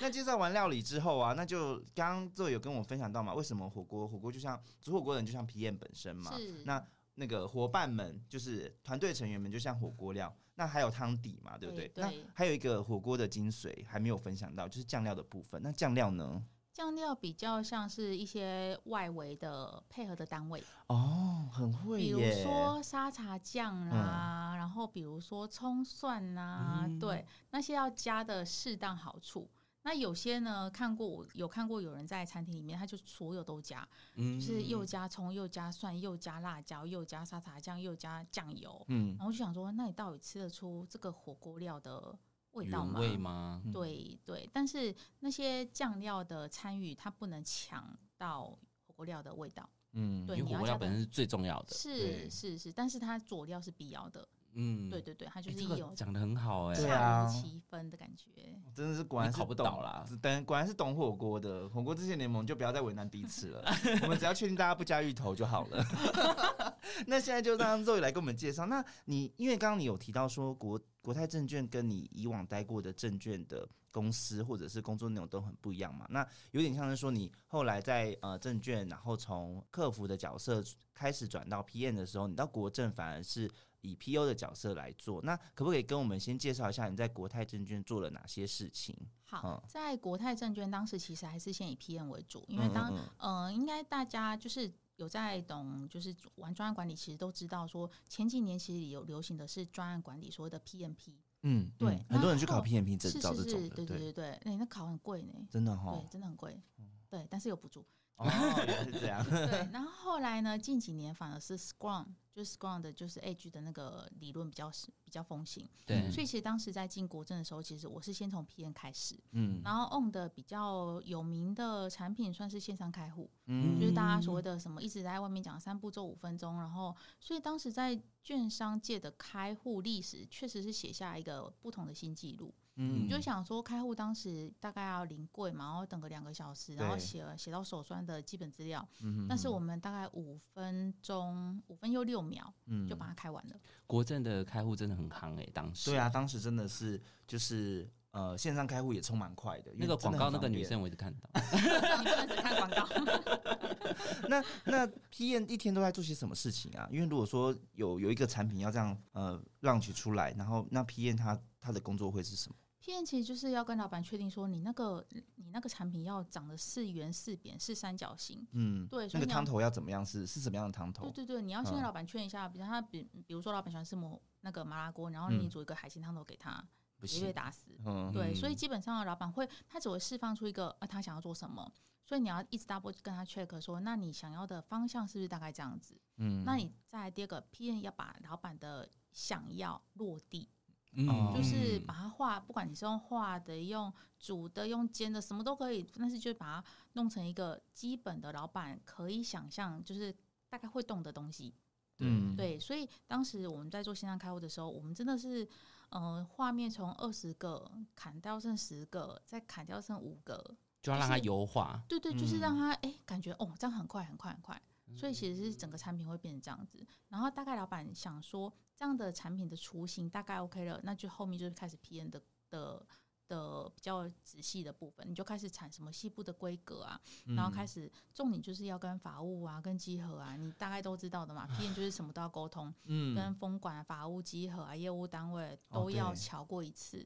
Speaker 2: 那介绍完料理之后啊，那就刚刚就有跟我分享到嘛，为什么火锅火锅就像煮火锅的人就像皮燕本身嘛，
Speaker 3: 是，
Speaker 2: 那那个伙伴们，就是团队成员们，就像火锅料，那还有汤底嘛，对不对？
Speaker 3: 对对
Speaker 2: 那还有一个火锅的精髓还没有分享到，就是酱料的部分。那酱料呢？
Speaker 3: 酱料比较像是一些外围的配合的单位，
Speaker 2: 哦，很会
Speaker 3: 比如
Speaker 2: 耶。
Speaker 3: 说沙茶酱啦，然后比如说葱蒜啦、
Speaker 1: 嗯
Speaker 3: 对，那些要加的适当好处。那有些呢，看过我有看过有人在餐厅里面，他就所有都加，
Speaker 1: 嗯
Speaker 3: 就是又加葱，又加蒜，又加辣椒，又加沙茶酱，又加酱油。
Speaker 2: 嗯，
Speaker 3: 然后就想说，那你到底吃得出这个火锅料的味道
Speaker 1: 原
Speaker 3: 吗？
Speaker 1: 味吗？
Speaker 2: 嗯
Speaker 3: 对对，但是那些酱料的参与，它不能抢到火锅料的味道。
Speaker 2: 嗯，
Speaker 3: 对
Speaker 1: 因为火锅料本身是最重要的。
Speaker 2: 对
Speaker 3: 是是是，但是它佐料是必要的。
Speaker 1: 嗯，
Speaker 3: 对对对，它就
Speaker 1: 哎，
Speaker 3: 是
Speaker 1: 这
Speaker 3: 有
Speaker 1: 个讲的很好哎
Speaker 2: 对。
Speaker 3: 恰
Speaker 2: 啊
Speaker 3: 如其分的感觉。
Speaker 2: 真的是果然是
Speaker 1: 你考不
Speaker 2: 懂
Speaker 1: 倒啦，
Speaker 2: 等果啊然是懂火锅的。火锅这些联盟就不要再为难彼此了，我们只要确定大家不加芋头就好了。 [LAUGHS] 那现在就让肉 o 来给我们介绍。那你因为刚刚你有提到说国国泰证券跟你以往待过的证券的公司或者是工作内容都很不一样嘛？那有点像是说你后来在呃证券，然后从客服的角色开始转到 PM 的时候，你到国证反而是以 PO 的角色来做。那可不可以跟我们先介绍一下你在国泰证券做了哪些事情？
Speaker 3: 好
Speaker 2: 嗯，
Speaker 3: 在国泰证券当时其实还是先以 PM 为主，因
Speaker 2: 嗯
Speaker 3: 为
Speaker 2: 嗯
Speaker 3: 当
Speaker 2: 嗯
Speaker 3: 呃，应该大家就是有在懂，就是玩专案管理，其实都知道说前几年其实有流行的是专案管理所谓的 PMP，
Speaker 2: 嗯，
Speaker 3: 对
Speaker 2: 嗯
Speaker 3: 然
Speaker 2: 很多人去考
Speaker 3: 后
Speaker 2: PMP 证
Speaker 3: 是
Speaker 2: 照
Speaker 3: 是
Speaker 2: 这种
Speaker 3: 是，
Speaker 2: 的，
Speaker 3: 对对对对，哎那、那考很贵呢，
Speaker 2: 真的哈
Speaker 3: 对，。真的很贵，
Speaker 2: 嗯 [LAUGHS]
Speaker 3: 对，但是有补助。
Speaker 2: 哦，原来是这样。
Speaker 3: 对，然后后来呢，近几年反而是 Scrum，就是 Scrum 的，就是 Edge 的那个理论比较是比较风行。
Speaker 2: 嗯
Speaker 1: 对，
Speaker 3: 所以其实当时在进国政的时候，其实我是先从 PM 开始，
Speaker 2: 嗯
Speaker 3: 然后 On 的比较有名的产品算是线上开户，
Speaker 2: 嗯
Speaker 3: 就是大家所谓的什么一直在外面讲三步骤五分钟，然后所以当时在券商界的开户历史确实是写下一个不同的新纪录。
Speaker 2: 嗯
Speaker 3: 你就想说，开户当时大概要临柜嘛，然后等个两个小时，然后
Speaker 2: 对
Speaker 3: 写写到手酸的基本资料，
Speaker 2: 嗯
Speaker 3: 但是我们大概五分钟，五分又六秒
Speaker 2: 嗯
Speaker 3: 就把它开完了。
Speaker 1: 国政的开户真的很夯哎、当时
Speaker 2: 对啊，，当时真的是就是呃线上开户也充蛮快的，因
Speaker 1: 那个
Speaker 2: 为
Speaker 1: 广
Speaker 2: 真的
Speaker 1: 告
Speaker 2: 很
Speaker 1: 那个
Speaker 2: 方
Speaker 1: 女
Speaker 2: 便
Speaker 1: 生我一直看到，
Speaker 3: 你不能只看广告，
Speaker 2: 那那 PM 一天都在做些什么事情啊？因为如果说有有一个产品要这样呃 launch 出来，然后那 PM 他他的工作会是什么？
Speaker 3: 骗其实就是要跟老板确定说，你那个你那个产品要长得是圆是扁是三角形。
Speaker 2: 嗯，
Speaker 3: 对，所
Speaker 2: 那个
Speaker 3: 以你要
Speaker 2: 汤头要怎么样是是什么样的汤
Speaker 3: 对
Speaker 2: 头？
Speaker 3: 对对，你要先
Speaker 2: 嗯
Speaker 3: 跟老板确认一下，比如他比比如说老板喜欢吃蘑那个麻辣锅，然后你
Speaker 2: 嗯
Speaker 3: 煮一个海鲜汤头给他，
Speaker 2: 不
Speaker 3: 直接被
Speaker 2: 行，
Speaker 3: 打死。
Speaker 2: 嗯，
Speaker 3: 对，所以
Speaker 1: 嗯
Speaker 3: 基本上老板会，他只会释放出一个啊，他想要做什么，所以你要一直 double 跟他 check 说，那你想要的方向是不是大概这样子？
Speaker 2: 嗯
Speaker 3: 那你再来第二个 PM 要把老板的想要落地，
Speaker 1: 嗯，
Speaker 3: 就是
Speaker 2: 嗯
Speaker 3: 把它画，不管你是用画的、用煮的、用煎的，什么都可以，但是就把它弄成一个基本的老板可以想象，就是大概会动的东西。
Speaker 2: 嗯，
Speaker 3: 对，所以当时我们在做线上开户的时候，我们真的是，呃，画面从二十个砍掉剩十个，再砍掉剩五个，
Speaker 1: 就要让它
Speaker 3: 就是
Speaker 1: 优化，
Speaker 3: 对对，就是让
Speaker 2: 嗯
Speaker 3: 他哎、诶感觉哦，这样很快很快很快，所以其实是整个产品会变成这样子。然后大概老板想说，这样的产品的雏形大概 OK 了，那就后面就是开始 PM 的的。的比较仔细的部分，你就开始产什么细部的规格啊，然后开
Speaker 2: 始
Speaker 3: 始重点就是要跟法务啊、跟稽核啊，你大概都知道的嘛。PM 就是什么都要沟通，
Speaker 2: 嗯
Speaker 3: 跟风管、法务稽核啊、业务单位
Speaker 2: 哦
Speaker 3: 都要
Speaker 2: 对
Speaker 3: 瞧过一次。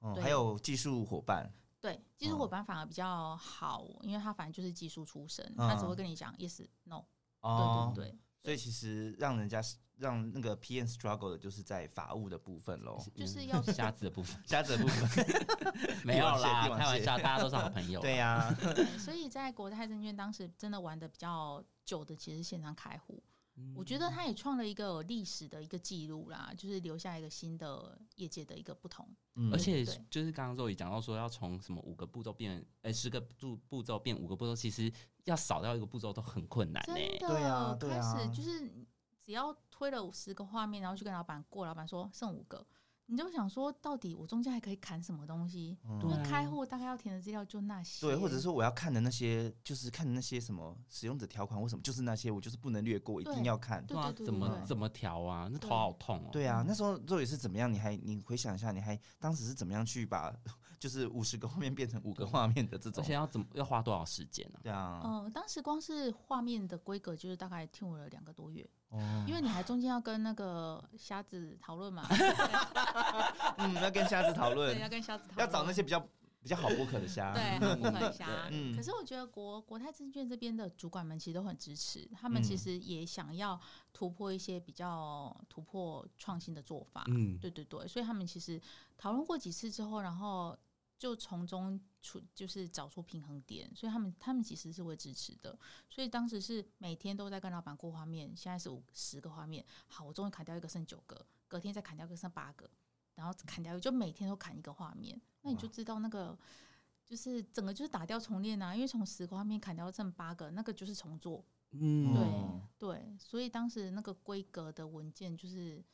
Speaker 2: 哦
Speaker 3: 对
Speaker 2: 还有技术伙伴，
Speaker 3: 对，技术
Speaker 2: 哦
Speaker 3: 伙伴反而比较好，因为他反正就是技术出身，他只会跟你讲 yes no。
Speaker 2: 嗯哦
Speaker 3: 对对对，
Speaker 2: 所以其实让人家让那个 PM struggle 的就是在法务的部分喽，
Speaker 3: 就是
Speaker 1: 嗯
Speaker 2: [LAUGHS]
Speaker 3: 要
Speaker 1: 瞎子的部
Speaker 3: [LAUGHS]
Speaker 1: 分
Speaker 2: 瞎子的部分，
Speaker 1: 没有啦
Speaker 2: [LAUGHS] 帝，王蟹
Speaker 1: 开玩笑，大家都是好朋
Speaker 3: 哦
Speaker 1: 友，
Speaker 2: 对，啊
Speaker 3: [LAUGHS]
Speaker 2: 呀，
Speaker 3: 对所以在国泰证券当时真的玩的比较久的，其实是线上开户，
Speaker 2: 嗯
Speaker 3: 我觉得他也创了一个历史的一个记录啦，就是留下一个新的业界的一个不同。
Speaker 2: 嗯
Speaker 1: 而且
Speaker 3: 对
Speaker 1: 就是刚刚肉宇讲到说，要从什么五个步骤变，呃，十个步步骤变五个步骤，其实要少掉一个步骤都很困难
Speaker 3: 真
Speaker 1: 嘞、
Speaker 3: 的，
Speaker 2: 对啊对
Speaker 3: 开
Speaker 2: 啊
Speaker 3: 始就是只要推了十个画面，然后去跟老板过，老板说剩五个，你就想说到底我中间还可以砍什么东西？
Speaker 2: 嗯
Speaker 3: 因
Speaker 1: 对
Speaker 3: 为
Speaker 1: 啊
Speaker 3: 开户大概要填的资料就那些，
Speaker 2: 对，或者说我要看的那些，就是看的那些什么使用者条款或什么，就是那些我就是不能略过，一定
Speaker 3: 对
Speaker 2: 要看。
Speaker 3: 对嗯
Speaker 1: 啊，
Speaker 3: 对对
Speaker 1: 怎
Speaker 3: 对
Speaker 1: 么
Speaker 3: 对
Speaker 1: 怎么调啊？那头
Speaker 3: 对
Speaker 1: 好痛哦、
Speaker 2: 对啊，那时候肉也是怎么样？你还你回想一下，你还当时是怎么样去把就是五十个画面变成五个画面的这
Speaker 1: 而
Speaker 2: 种
Speaker 1: 且？要怎么要花多少时间呢、
Speaker 2: 对啊，
Speaker 3: 嗯、当时光是画面的规格就是大概听我了两个多月，
Speaker 2: 哦，
Speaker 3: 因为你还中间要跟那个瞎子讨
Speaker 2: [LAUGHS]
Speaker 3: 论嘛，
Speaker 2: 嗯，要跟瞎子讨
Speaker 3: 对，
Speaker 2: 论，
Speaker 3: 要跟瞎子讨
Speaker 2: 要
Speaker 3: 论，
Speaker 2: 找那些比较比较好剥壳的虾。 [LAUGHS]
Speaker 3: 对，
Speaker 1: 嗯
Speaker 3: 很不可瞎。
Speaker 2: 嗯
Speaker 3: 可是我觉得国国泰证券这边的主管们其实都很支持，他们其
Speaker 2: 嗯
Speaker 3: 实也想要突破一些比较突破创新的做法。
Speaker 1: 嗯，
Speaker 3: 对对对，所以他们其实讨论过几次之后，然后就从中出就是找出平衡点，所以他们他们其实是会支持的。所以当时是每天都在跟老板过画面，现在是五十个画面，好，我终于砍掉一个剩九个，隔天再砍掉一个剩八个，然后砍掉一个就每天都砍一个画面，那你就
Speaker 2: 哇
Speaker 3: 知道那个。就是整个就是打掉重练啊，因为从十个画面砍掉剩八个，那个就是重做，
Speaker 1: 嗯，
Speaker 3: 对
Speaker 2: 嗯
Speaker 3: 对，所以当时那个规格的文件就是，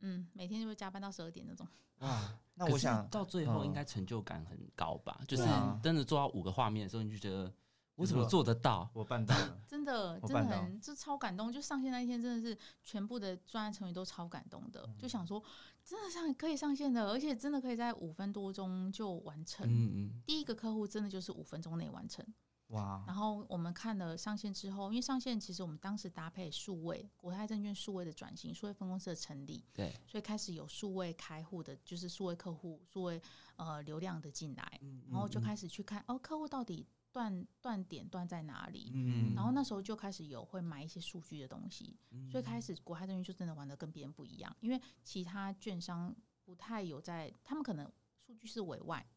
Speaker 3: 嗯，每天就会加班到十二点那种。
Speaker 2: 哇，那
Speaker 1: 可
Speaker 2: 我
Speaker 1: 是
Speaker 2: 想，
Speaker 1: 到最后
Speaker 2: 嗯
Speaker 1: 应该成就感很高吧？就是
Speaker 2: 啊
Speaker 1: 真的做到五个画面的时候，你就觉得我怎么
Speaker 2: 说
Speaker 1: 做得到？
Speaker 2: 我办到
Speaker 3: [LAUGHS]
Speaker 2: 了，
Speaker 3: 真的，
Speaker 2: 我
Speaker 3: 真的
Speaker 2: 办到
Speaker 3: 很，就超感动。就上线那一天，真的是全部的专案成员都超感动的，就想说，真的上可以上线的，而且真的可以在五分多钟就完成。
Speaker 1: 嗯嗯，
Speaker 3: 第一个客户真的就是五分钟内完成。
Speaker 2: 哇，
Speaker 3: 然后我们看了上线之后，因为上线其实我们当时搭配数位国泰证券数位的转型，数位分公司的成立，
Speaker 1: 对，
Speaker 3: 所以开始有数位开户的，就是数位客户、数位呃流量的进来，
Speaker 1: 嗯
Speaker 3: 然后就开始去看哦，客户到底断断点断在哪里？
Speaker 1: 嗯嗯
Speaker 3: 然后那时候就开始有会买一些数据的东西，所以开始国泰证券就真的玩的跟别人不一样，因为其他券商不太有在，他们可能数据是委外，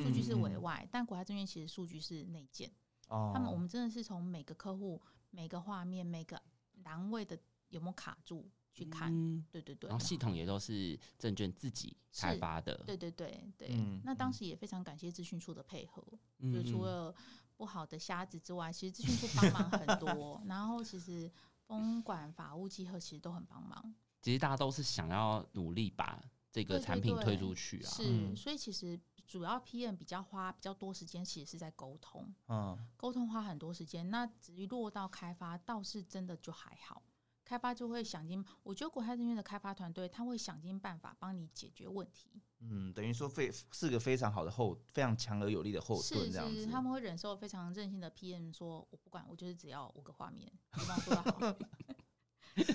Speaker 3: 数据是委
Speaker 2: 嗯
Speaker 3: 外，但国泰证券其实数据是内建，
Speaker 2: 哦，
Speaker 3: 他们我们真的是从每个客户、每个画面、每个栏位的有没有卡住去看。
Speaker 1: 嗯
Speaker 3: 对对对，啊
Speaker 1: 然后系统也都是证券自己开
Speaker 3: 是
Speaker 1: 发的，
Speaker 3: 对对对对。
Speaker 2: 嗯
Speaker 3: 那当
Speaker 2: 嗯
Speaker 3: 时也非常感谢资讯处的配合，
Speaker 1: 嗯，
Speaker 3: 就是除了不好的瞎子之外，其实资讯处帮忙很多，然后其实风管法务稽核其实都很帮忙。
Speaker 1: 其实大家都是想要努力把这个
Speaker 3: 对对
Speaker 1: 产品
Speaker 3: 对
Speaker 1: 推出去啊，
Speaker 3: 是，
Speaker 2: 嗯
Speaker 3: 所以其实主要 PM 比较花比较多时间，其实是在沟通，
Speaker 2: 嗯
Speaker 3: 沟通花很多时间。那至于落到开发，倒是真的就还好。开发就会想尽，我觉得国泰证券的开发团队，他会想尽办法帮你解决问题。
Speaker 2: 嗯，等于说非是个非常好的后，非常强而有力的后
Speaker 3: 是
Speaker 2: 盾这样子。
Speaker 3: 是，他们会忍受非常任性的 PM 说，我不管，我就是只要五个画面，你帮我做到好。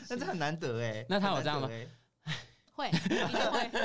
Speaker 2: 那这很难得
Speaker 3: [LAUGHS]
Speaker 2: 哎。
Speaker 1: 那他有
Speaker 2: 很
Speaker 1: 这样
Speaker 2: 难
Speaker 1: 吗
Speaker 2: 得欸？
Speaker 3: 会，一定会，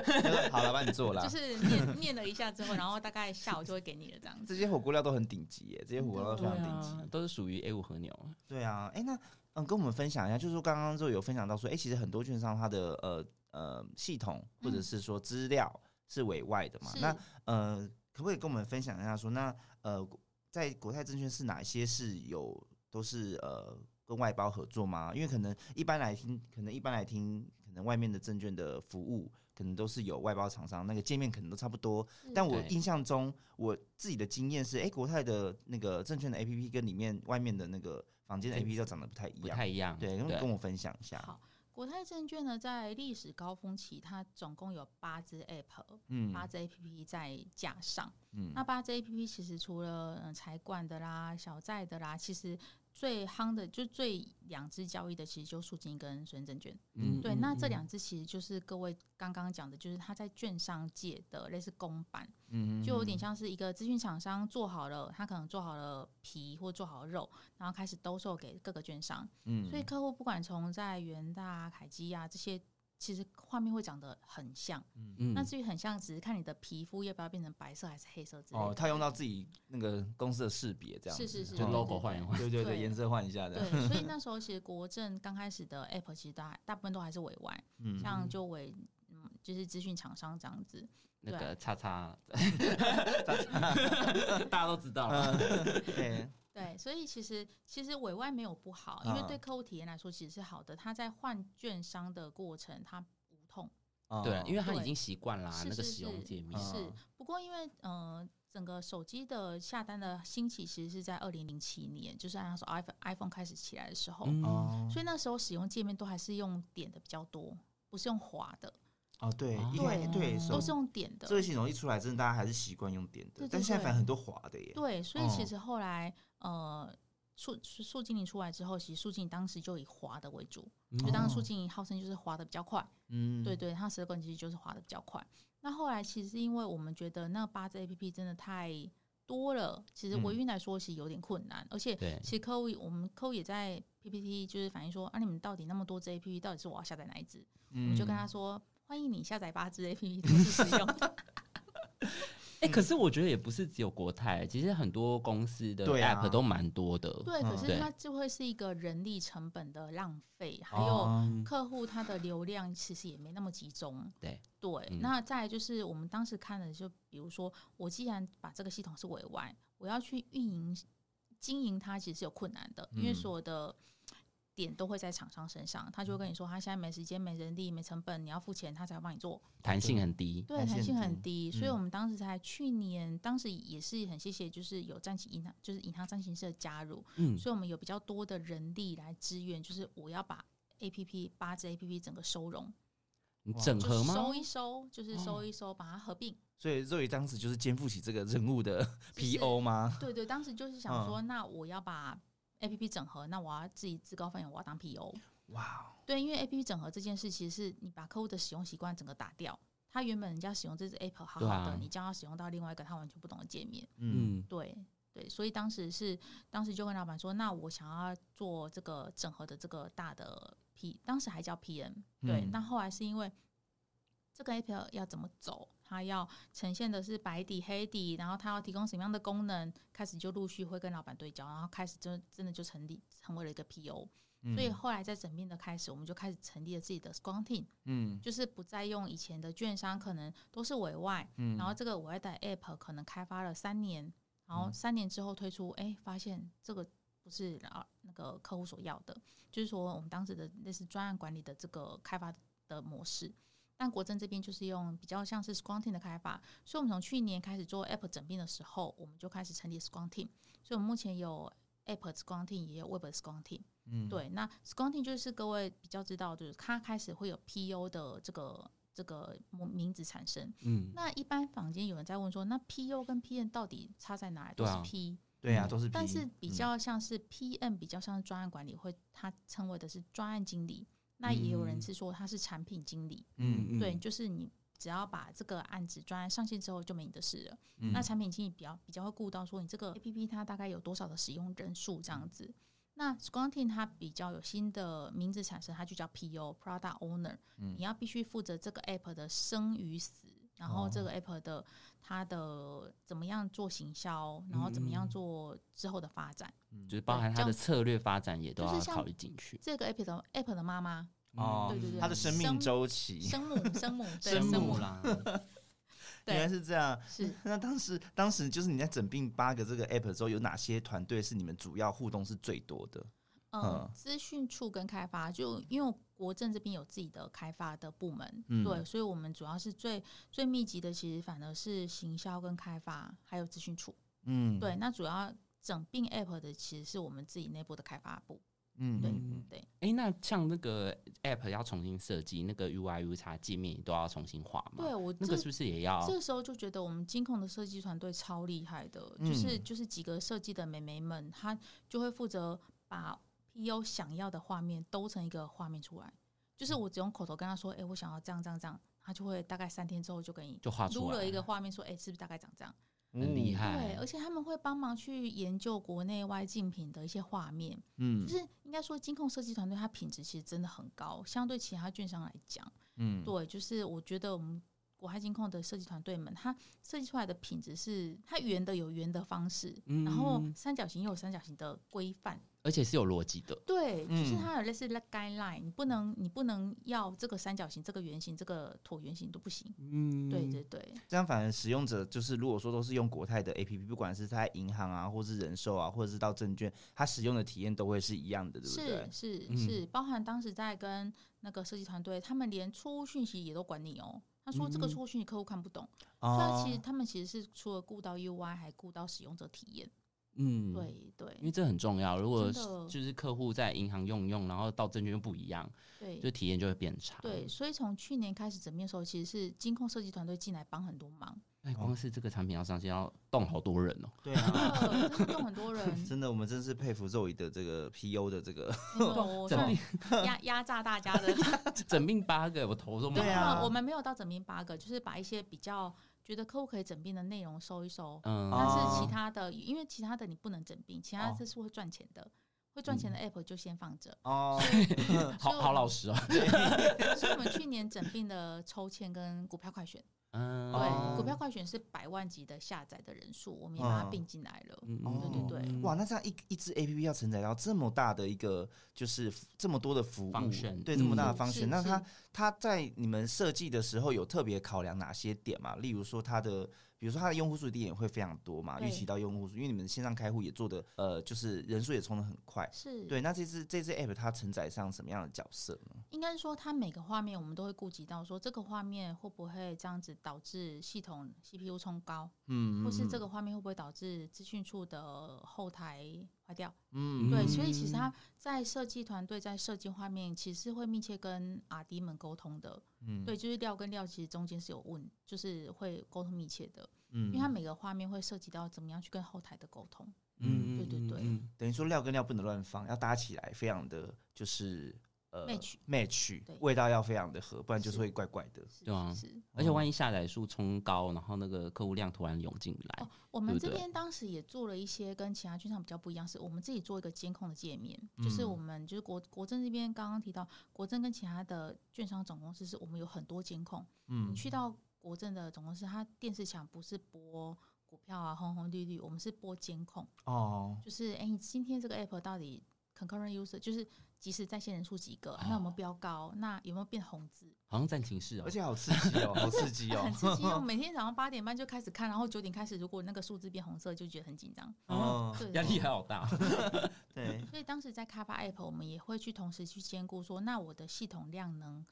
Speaker 2: [LAUGHS] 那好了，帮你做了
Speaker 3: [LAUGHS] 就。是念念了一下之后，然后大概下午就会给你了这样子。
Speaker 2: 这些火锅料都很顶级耶，这些火锅料都非
Speaker 1: 对
Speaker 2: 常顶
Speaker 1: 啊
Speaker 2: 级。，
Speaker 1: 都是属于 A 五和牛，
Speaker 2: 对啊，哎，那嗯，跟我们分享一下，就是说刚刚就有分享到说，哎，其实很多券商它的呃呃系统或者
Speaker 3: 嗯
Speaker 2: 是说资料是委外的嘛，
Speaker 3: 是
Speaker 2: 那呃，可不可以跟我们分享一下说，那呃，在国泰证券是哪些是有都是呃跟外包合作吗？因为可能一般来听，可能一般来听，可能外面的证券的服务可能都是有外包厂商，那个界面可能都差不多。
Speaker 3: 嗯
Speaker 2: 但我
Speaker 1: 对
Speaker 2: 印象中，我自己的经验是，哎、国泰的那个证券的 APP 跟里面外面的那个房间的
Speaker 1: 对
Speaker 2: APP 都长得不太一
Speaker 1: 不
Speaker 2: 样。
Speaker 1: 太一样，
Speaker 2: 对，跟跟我分享一下。
Speaker 3: 好，国泰证券呢，在历史高峰期，它总共有八只 App，
Speaker 2: 嗯
Speaker 3: 八只 APP 在架上。
Speaker 2: 嗯
Speaker 3: 啊那八只 APP 其实除了嗯财管的啦、小债的啦，其实最夯的就最两只交易的，其实就速金跟孙证券。
Speaker 1: 嗯
Speaker 3: 对，那这两只其实就是各位刚刚讲的，就是它在券商界的类似公版，
Speaker 2: 嗯
Speaker 3: 就有点像是一个资讯厂商做好了，他可能做好了皮或做好了肉，然后开始兜售给各个券商。
Speaker 2: 嗯
Speaker 3: 所以客户不管从在元大啊、凯基啊这些，其实画面会长得很像。
Speaker 1: 嗯
Speaker 3: 那至于很像，只是看你的皮肤要不要变成白色还是黑色之类的。
Speaker 2: 哦，他用到自己那个公司的识别这样子，啊
Speaker 3: 是是是，啊
Speaker 1: 就
Speaker 3: 对
Speaker 1: logo
Speaker 3: 对
Speaker 1: 换一
Speaker 3: 对
Speaker 1: 换
Speaker 2: 对对对，
Speaker 3: 对
Speaker 2: 颜色换一下的。
Speaker 3: 对，
Speaker 2: [LAUGHS]
Speaker 3: 所以那时候其实国政刚开始的 app 其实大大部分都还是委外，
Speaker 2: 嗯 [LAUGHS]
Speaker 3: 像就委嗯就是资讯厂商这样子。
Speaker 1: 那
Speaker 3: 对啊
Speaker 1: 个叉
Speaker 2: [LAUGHS]
Speaker 1: 叉， [LAUGHS] 大家都知道了，
Speaker 2: 对，
Speaker 3: 对，所以其实其实委外没有不好，因为
Speaker 2: 啊
Speaker 1: 嗯
Speaker 3: 对客户体验来说其实是好的。他在换券商的过程，他无痛。
Speaker 2: 哦
Speaker 1: 对，因为他已
Speaker 3: 对
Speaker 1: 经习惯啦
Speaker 3: 是
Speaker 1: 啊那个
Speaker 3: 是
Speaker 1: 使用界面，啊
Speaker 2: 嗯
Speaker 3: 是，不过因为呃，整个手机的下单的兴起其实是在二零零七年，就是按他说 iPhone iPhone 开始起来的时候，
Speaker 1: 嗯，
Speaker 2: 哦
Speaker 3: 所以那时候使用界面都还是用点的比较多，不是用滑的，
Speaker 2: 哦对，
Speaker 1: 哦
Speaker 2: 一开对
Speaker 1: 都
Speaker 2: 手
Speaker 3: 都是用点的
Speaker 2: 这。个系统一出来，真的大家还是习惯用点的
Speaker 3: 对，对
Speaker 2: 但现在
Speaker 3: 对
Speaker 2: 反而很多滑的耶。
Speaker 3: 对，所以
Speaker 1: 嗯
Speaker 3: 其
Speaker 2: 哦
Speaker 3: 实后来呃。数数数经理出来之后，其实数经理当时就以滑的为主，就当时数
Speaker 2: 哦
Speaker 3: 经理号称就是滑的比较快，
Speaker 2: 嗯
Speaker 3: 对对，它舌滚其实就是滑的比较快。那后来其实因为我们觉得那八只 A P P 真的太多了，其实
Speaker 2: 嗯
Speaker 3: 维运来说其实有点困难，而且
Speaker 1: 对
Speaker 3: 其实客户我们客户也在 P P T 就是反映说，啊，你们到底那么多只 A P P，到底是我要下载哪一只？我
Speaker 2: 嗯
Speaker 3: 们就跟他说，欢迎你下载八只 A P P 同时使用。
Speaker 2: [LAUGHS]
Speaker 1: 哎，可是我觉得也不是只有国泰，其实很多公司的
Speaker 2: 对啊
Speaker 1: app 都蛮多的，
Speaker 3: 对，可
Speaker 2: 嗯
Speaker 3: 是
Speaker 1: 对
Speaker 3: 它就会是一个人力成本的浪费，还有
Speaker 2: 哦
Speaker 3: 客户他的流量其实也没那么集中。
Speaker 1: 对
Speaker 3: 对，
Speaker 1: 嗯
Speaker 3: 那再来就是我们当时看的，就比如说，我既然把这个系统是委外，我要去运营经营它，其实是有困难的，因为
Speaker 2: 嗯
Speaker 3: 所有的。点都会在厂商身上，他就会跟你说，他现在没时间、没人力、没成本，你要付钱，他才要帮你做。
Speaker 1: 弹性很低，
Speaker 3: 对，
Speaker 2: 弹
Speaker 3: 弹
Speaker 2: 性
Speaker 3: 性很
Speaker 2: 很
Speaker 3: 低，所以
Speaker 2: 嗯
Speaker 3: 我们当时才去年，当时也是很谢谢，就是有战旗银行，就是银行战行社的加入，
Speaker 1: 嗯，
Speaker 3: 所以我们有比较多的人力来支援，就是我要把 A P P 八只 A P P 整个收容，
Speaker 1: 你整合
Speaker 3: 就
Speaker 1: 吗？哦
Speaker 3: 收一收，就是收一收，把它合并。
Speaker 2: 所以肉宇当时就是肩负起这个任务的
Speaker 3: 就是
Speaker 2: PO 吗？
Speaker 3: 对对，当时就是
Speaker 1: 嗯
Speaker 3: 想说，那我要把 A P P 整合，那我要自己自告奋勇，我要当 P O。
Speaker 2: 哇，哦
Speaker 3: 对，因为 A P P 整合这件事，其实是你把客户的使用习惯整个打掉。他原本人家使用这只 App 好好
Speaker 1: 对
Speaker 3: 的，
Speaker 1: 啊
Speaker 3: 你叫他使用到另外一个他完全不懂的界面。
Speaker 2: 嗯，
Speaker 1: 嗯，
Speaker 3: 对对，所以当时是当时就跟老板说，那我想要做这个整合的这个大的 P，当时还叫 PM，对，
Speaker 2: 嗯
Speaker 3: 那后来是因为这个 APP 要怎么走，它要呈现的是白底黑底，然后它要提供什么样的功能，开始就陆续会跟老板对焦，然后开始就真的就成立成为了一个 PO，、所以
Speaker 2: 嗯
Speaker 3: 后来在整并的开始，我们就开始成立了自己的 Scrum Team，
Speaker 2: 嗯
Speaker 3: 就是不再用以前的券商，可能都是委外，
Speaker 2: 嗯嗯
Speaker 3: 然后这个委外的 app 可能开发了三年，然后三年之后推出，哎、发现这个不是老那个客户所要的，就是说我们当时的类似专案管理的这个开发的模式。但国政这边就是用比较像是 Scrum Team 的开发，所以我们从去年开始做 App 整并的时候，我们就开始成立 Scrum Team，所以我们目前有 App Scrum Team，也有 Web Scrum Team。
Speaker 2: 嗯，
Speaker 3: 对，那 Scrum Team 就是各位比较知道，就是它开始会有 PO 的这个这个名字产生。
Speaker 1: 嗯，
Speaker 3: 那一般坊间有人在问说，那 PO 跟 PM 到底差在哪里？都
Speaker 1: 对
Speaker 3: 是
Speaker 1: 啊
Speaker 3: P，、
Speaker 2: 对啊，
Speaker 1: 嗯
Speaker 2: 都是 P，
Speaker 3: 但是比
Speaker 2: 嗯
Speaker 3: 较像是 PM，比较像是专案管理，会他称为的是专案经理。那也有人
Speaker 1: 嗯
Speaker 3: 是说他是产品经理，
Speaker 2: 嗯
Speaker 3: 对，就是你只要把这个案子专案上线之后，就没你的事了。
Speaker 2: 嗯
Speaker 3: 那产品经理比较比较会顾到说你这个 APP 它大概有多少的使用人数这样
Speaker 1: 嗯
Speaker 3: 子。那 Scrum Team 它比较有新的名字产生，它就叫 PO Product Owner，、
Speaker 2: 嗯
Speaker 3: 你要必须负责这个 App 的生与死，然后这
Speaker 1: 哦
Speaker 3: 个 App 的它的怎么样做行销，然后怎
Speaker 1: 嗯
Speaker 3: 么样做之后的发展。
Speaker 1: 就是包含
Speaker 3: 对
Speaker 1: 它
Speaker 3: 这样
Speaker 1: 的策略发展也都
Speaker 3: 就是
Speaker 1: 要
Speaker 3: 像
Speaker 1: 考虑进去。
Speaker 3: 这个 App 的 App 的妈妈，
Speaker 2: 哦，
Speaker 3: 对对对
Speaker 2: 它的生命
Speaker 3: 生
Speaker 2: 周期，
Speaker 3: 生母生母对
Speaker 1: 生
Speaker 3: 生
Speaker 1: 母
Speaker 3: 母
Speaker 1: 啦，
Speaker 2: 原来
Speaker 3: 对
Speaker 2: 是这样。
Speaker 3: 是
Speaker 2: 那当时，当时就是你在整并八个这个 app 之后，有哪些团队是你们主要互动是最多的？
Speaker 3: 呃
Speaker 2: 嗯，
Speaker 3: 资讯处跟开发，就因为国政这边有自己的开发的部门，
Speaker 2: 嗯
Speaker 3: 对，所以我们主要是最最密集的，其实反而是行销跟开发，还有资讯处。
Speaker 2: 嗯，
Speaker 3: 对，，那主要整并 App 的其实是我们自己内部的开发部。
Speaker 2: 嗯，
Speaker 3: 对
Speaker 2: 嗯
Speaker 3: 对，
Speaker 1: 哎，那像那个 app 要重新设计，那个 UI、U 叉界面都要重新画嘛？
Speaker 3: 对，我
Speaker 1: 那
Speaker 3: 这
Speaker 1: 个是不是也要？
Speaker 3: 这时候就觉得我们金控的设计团队超厉害的，就是就是几个设计的美眉们，她就会负责把 PO 想要的画面兜成一个画面出来。就是我只用口头跟她说，哎、我想要这样这样这样，她就会大概三天之后就给你
Speaker 1: 就画出
Speaker 3: 撸
Speaker 1: 来
Speaker 3: 了一个画面，说，哎、是不是大概长这样？
Speaker 2: 嗯
Speaker 1: 很厉
Speaker 2: 害，
Speaker 3: 对，
Speaker 1: 害
Speaker 3: 而，且他们会帮忙去研究国内外竞品的一些画面，
Speaker 2: 嗯
Speaker 3: 就是应该说金控设计团队它品质其实真的很高，相对其他券商来讲。
Speaker 2: 嗯，
Speaker 3: 对，就是我觉得我们国海金控的设计团队们，它设计出来的品质是它圆的有圆的方式，
Speaker 1: 嗯
Speaker 3: 然后三角形也有三角形的规范。
Speaker 1: 而且是有逻辑的。
Speaker 3: 对，就是
Speaker 2: 嗯
Speaker 3: 它有类似 like guideline，你不能你不能要这个三角形、这个圆形、这个椭圆形都不行。
Speaker 1: 嗯，
Speaker 3: 对对对，
Speaker 2: 这样反而使用者就是如果说都是用国泰的 app，不管是在银行啊，或是人寿啊，或者是到证券，它使用的体验都会是一样的，对不对
Speaker 3: 是？是是，包含当时在跟那个设计团队，他们连错误讯息也都管你哦。他说这个
Speaker 1: 嗯
Speaker 3: 错误讯息客户看不懂，所以他
Speaker 2: 哦
Speaker 3: 其实他们其实是除了顾到 UI，还顾到使用者体验。
Speaker 1: 嗯，
Speaker 3: 对对
Speaker 1: 因为这很重要。如果
Speaker 3: 真的
Speaker 1: 就是客户在银行用一用，然后到证券又不一样，
Speaker 3: 对，
Speaker 1: 就体验就会变差。
Speaker 3: 对，，所以从去年开始整面的时候，其实是金控设计团队进来帮很多忙，
Speaker 2: 哦
Speaker 1: 哎，光是这个产品要上线，要动好多人
Speaker 3: [LAUGHS]
Speaker 1: 哦。
Speaker 2: 对啊，
Speaker 3: 呃 [LAUGHS] 真的动很 [LAUGHS] 多人，
Speaker 2: 真的，我们真是佩服肉姨的这个 PU 的这
Speaker 3: [LAUGHS]
Speaker 2: 个，
Speaker 3: 没有我
Speaker 1: 整
Speaker 3: 算
Speaker 1: 病
Speaker 3: 压压榨大家 [LAUGHS] 的。啊
Speaker 1: 整病八个，我头都麻嗯
Speaker 2: 对
Speaker 1: 了。
Speaker 2: 啊
Speaker 3: 我们没有到整面八个，就是把一些比较觉得客户可以整并的内容收一收，
Speaker 1: 嗯，
Speaker 3: 但
Speaker 2: 哦
Speaker 3: 是其他的，因为其他的你不能整并，其他
Speaker 2: 哦
Speaker 3: 这是会赚钱的，会赚钱的 app 就先放着。
Speaker 2: 哦，
Speaker 1: 好
Speaker 3: 所以我
Speaker 1: 好老实哦。
Speaker 2: [LAUGHS]
Speaker 3: 所以我们去年整并的抽签跟股票快选，
Speaker 1: 嗯，
Speaker 3: 对，
Speaker 2: 哦
Speaker 3: 股票快选是百万级的下载的人数，我们也把它
Speaker 2: 嗯
Speaker 3: 并进来了。
Speaker 1: 嗯，
Speaker 2: 哦
Speaker 1: 嗯
Speaker 3: 对对对
Speaker 2: 哇，，那这样一一支 A P P 要承载到这么大的一个，就是这么多的服务
Speaker 1: Function，
Speaker 2: 对这么大的
Speaker 3: 嗯
Speaker 2: 方
Speaker 3: 是
Speaker 2: 选，那
Speaker 3: 是
Speaker 2: 它它在你们设计的时候有特别考量哪些点嘛？例如说它的，比如说它的用户数定也会非常多嘛，
Speaker 3: 对
Speaker 2: 预期到用户数，因为你们线上开户也做的，呃，就是人数也冲的很快。
Speaker 3: 是，
Speaker 2: 对，那这支这支 app 它承载上什么样的角色呢？
Speaker 3: 应该是说，它每个画面我们都会顾及到，说这个画面会不会这样子导致系统 CPU 冲高，
Speaker 2: 嗯
Speaker 3: 或是这，个画面会不会导致资讯处的后台坏掉？
Speaker 2: 嗯
Speaker 3: 对，所以其实它在设计团队在设计画面，其实会密切跟 R D 们沟通的。
Speaker 2: 嗯
Speaker 3: 对，就是料跟料其实中间是有问，就是会沟通密切的，因为它
Speaker 2: 嗯，
Speaker 3: 每个画面会涉及到怎么样去跟后台的沟通。
Speaker 2: 嗯
Speaker 3: 对对对
Speaker 1: 嗯
Speaker 2: 等于说料跟料不能乱放，要搭起来，非常的就是呃
Speaker 3: Match
Speaker 2: match，
Speaker 3: 对
Speaker 2: 味道要非常的合，不然就是
Speaker 3: 是
Speaker 2: 会怪怪的。
Speaker 3: 是
Speaker 1: 对啊
Speaker 3: 是是。
Speaker 1: 而
Speaker 2: 哦
Speaker 1: 且万一下载数冲高，然后那个客户量突然涌进来
Speaker 3: 哦，我们
Speaker 1: 对
Speaker 3: 这
Speaker 1: 不对
Speaker 3: 边当时也做了一些跟其他券商比较不一样，是我们自己做一个监控的界面，
Speaker 1: 嗯
Speaker 3: 就是我们就是国国政这边刚刚提到，国政跟其他的券商总公司是我们有很多监控，
Speaker 2: 嗯
Speaker 3: 你去到国政的总公司，它电视墙不是播股票啊红红绿绿，我们是播监控，
Speaker 2: 哦，
Speaker 3: 就是哎、诶你今天这个 app 到底 concurrent user 就是即时在线人数几个，那有
Speaker 1: 哦
Speaker 3: 没有飙高，那有没有变红字，
Speaker 1: 好像暂停式哦
Speaker 2: 而。且好刺激 [LAUGHS] 哦，好刺激
Speaker 3: 很
Speaker 2: 哦，
Speaker 3: 刺激
Speaker 1: [LAUGHS]
Speaker 3: 哦，每天早上八点半就开始看，然后九点开始，如果那个数字变红色，就觉得很紧张。
Speaker 1: 哦
Speaker 2: 哦，
Speaker 3: 对， [LAUGHS]
Speaker 1: 压力还好大，
Speaker 2: 对，
Speaker 3: 所以当时在 Kava App，我们也会去同时去兼顾说，那我的系统量能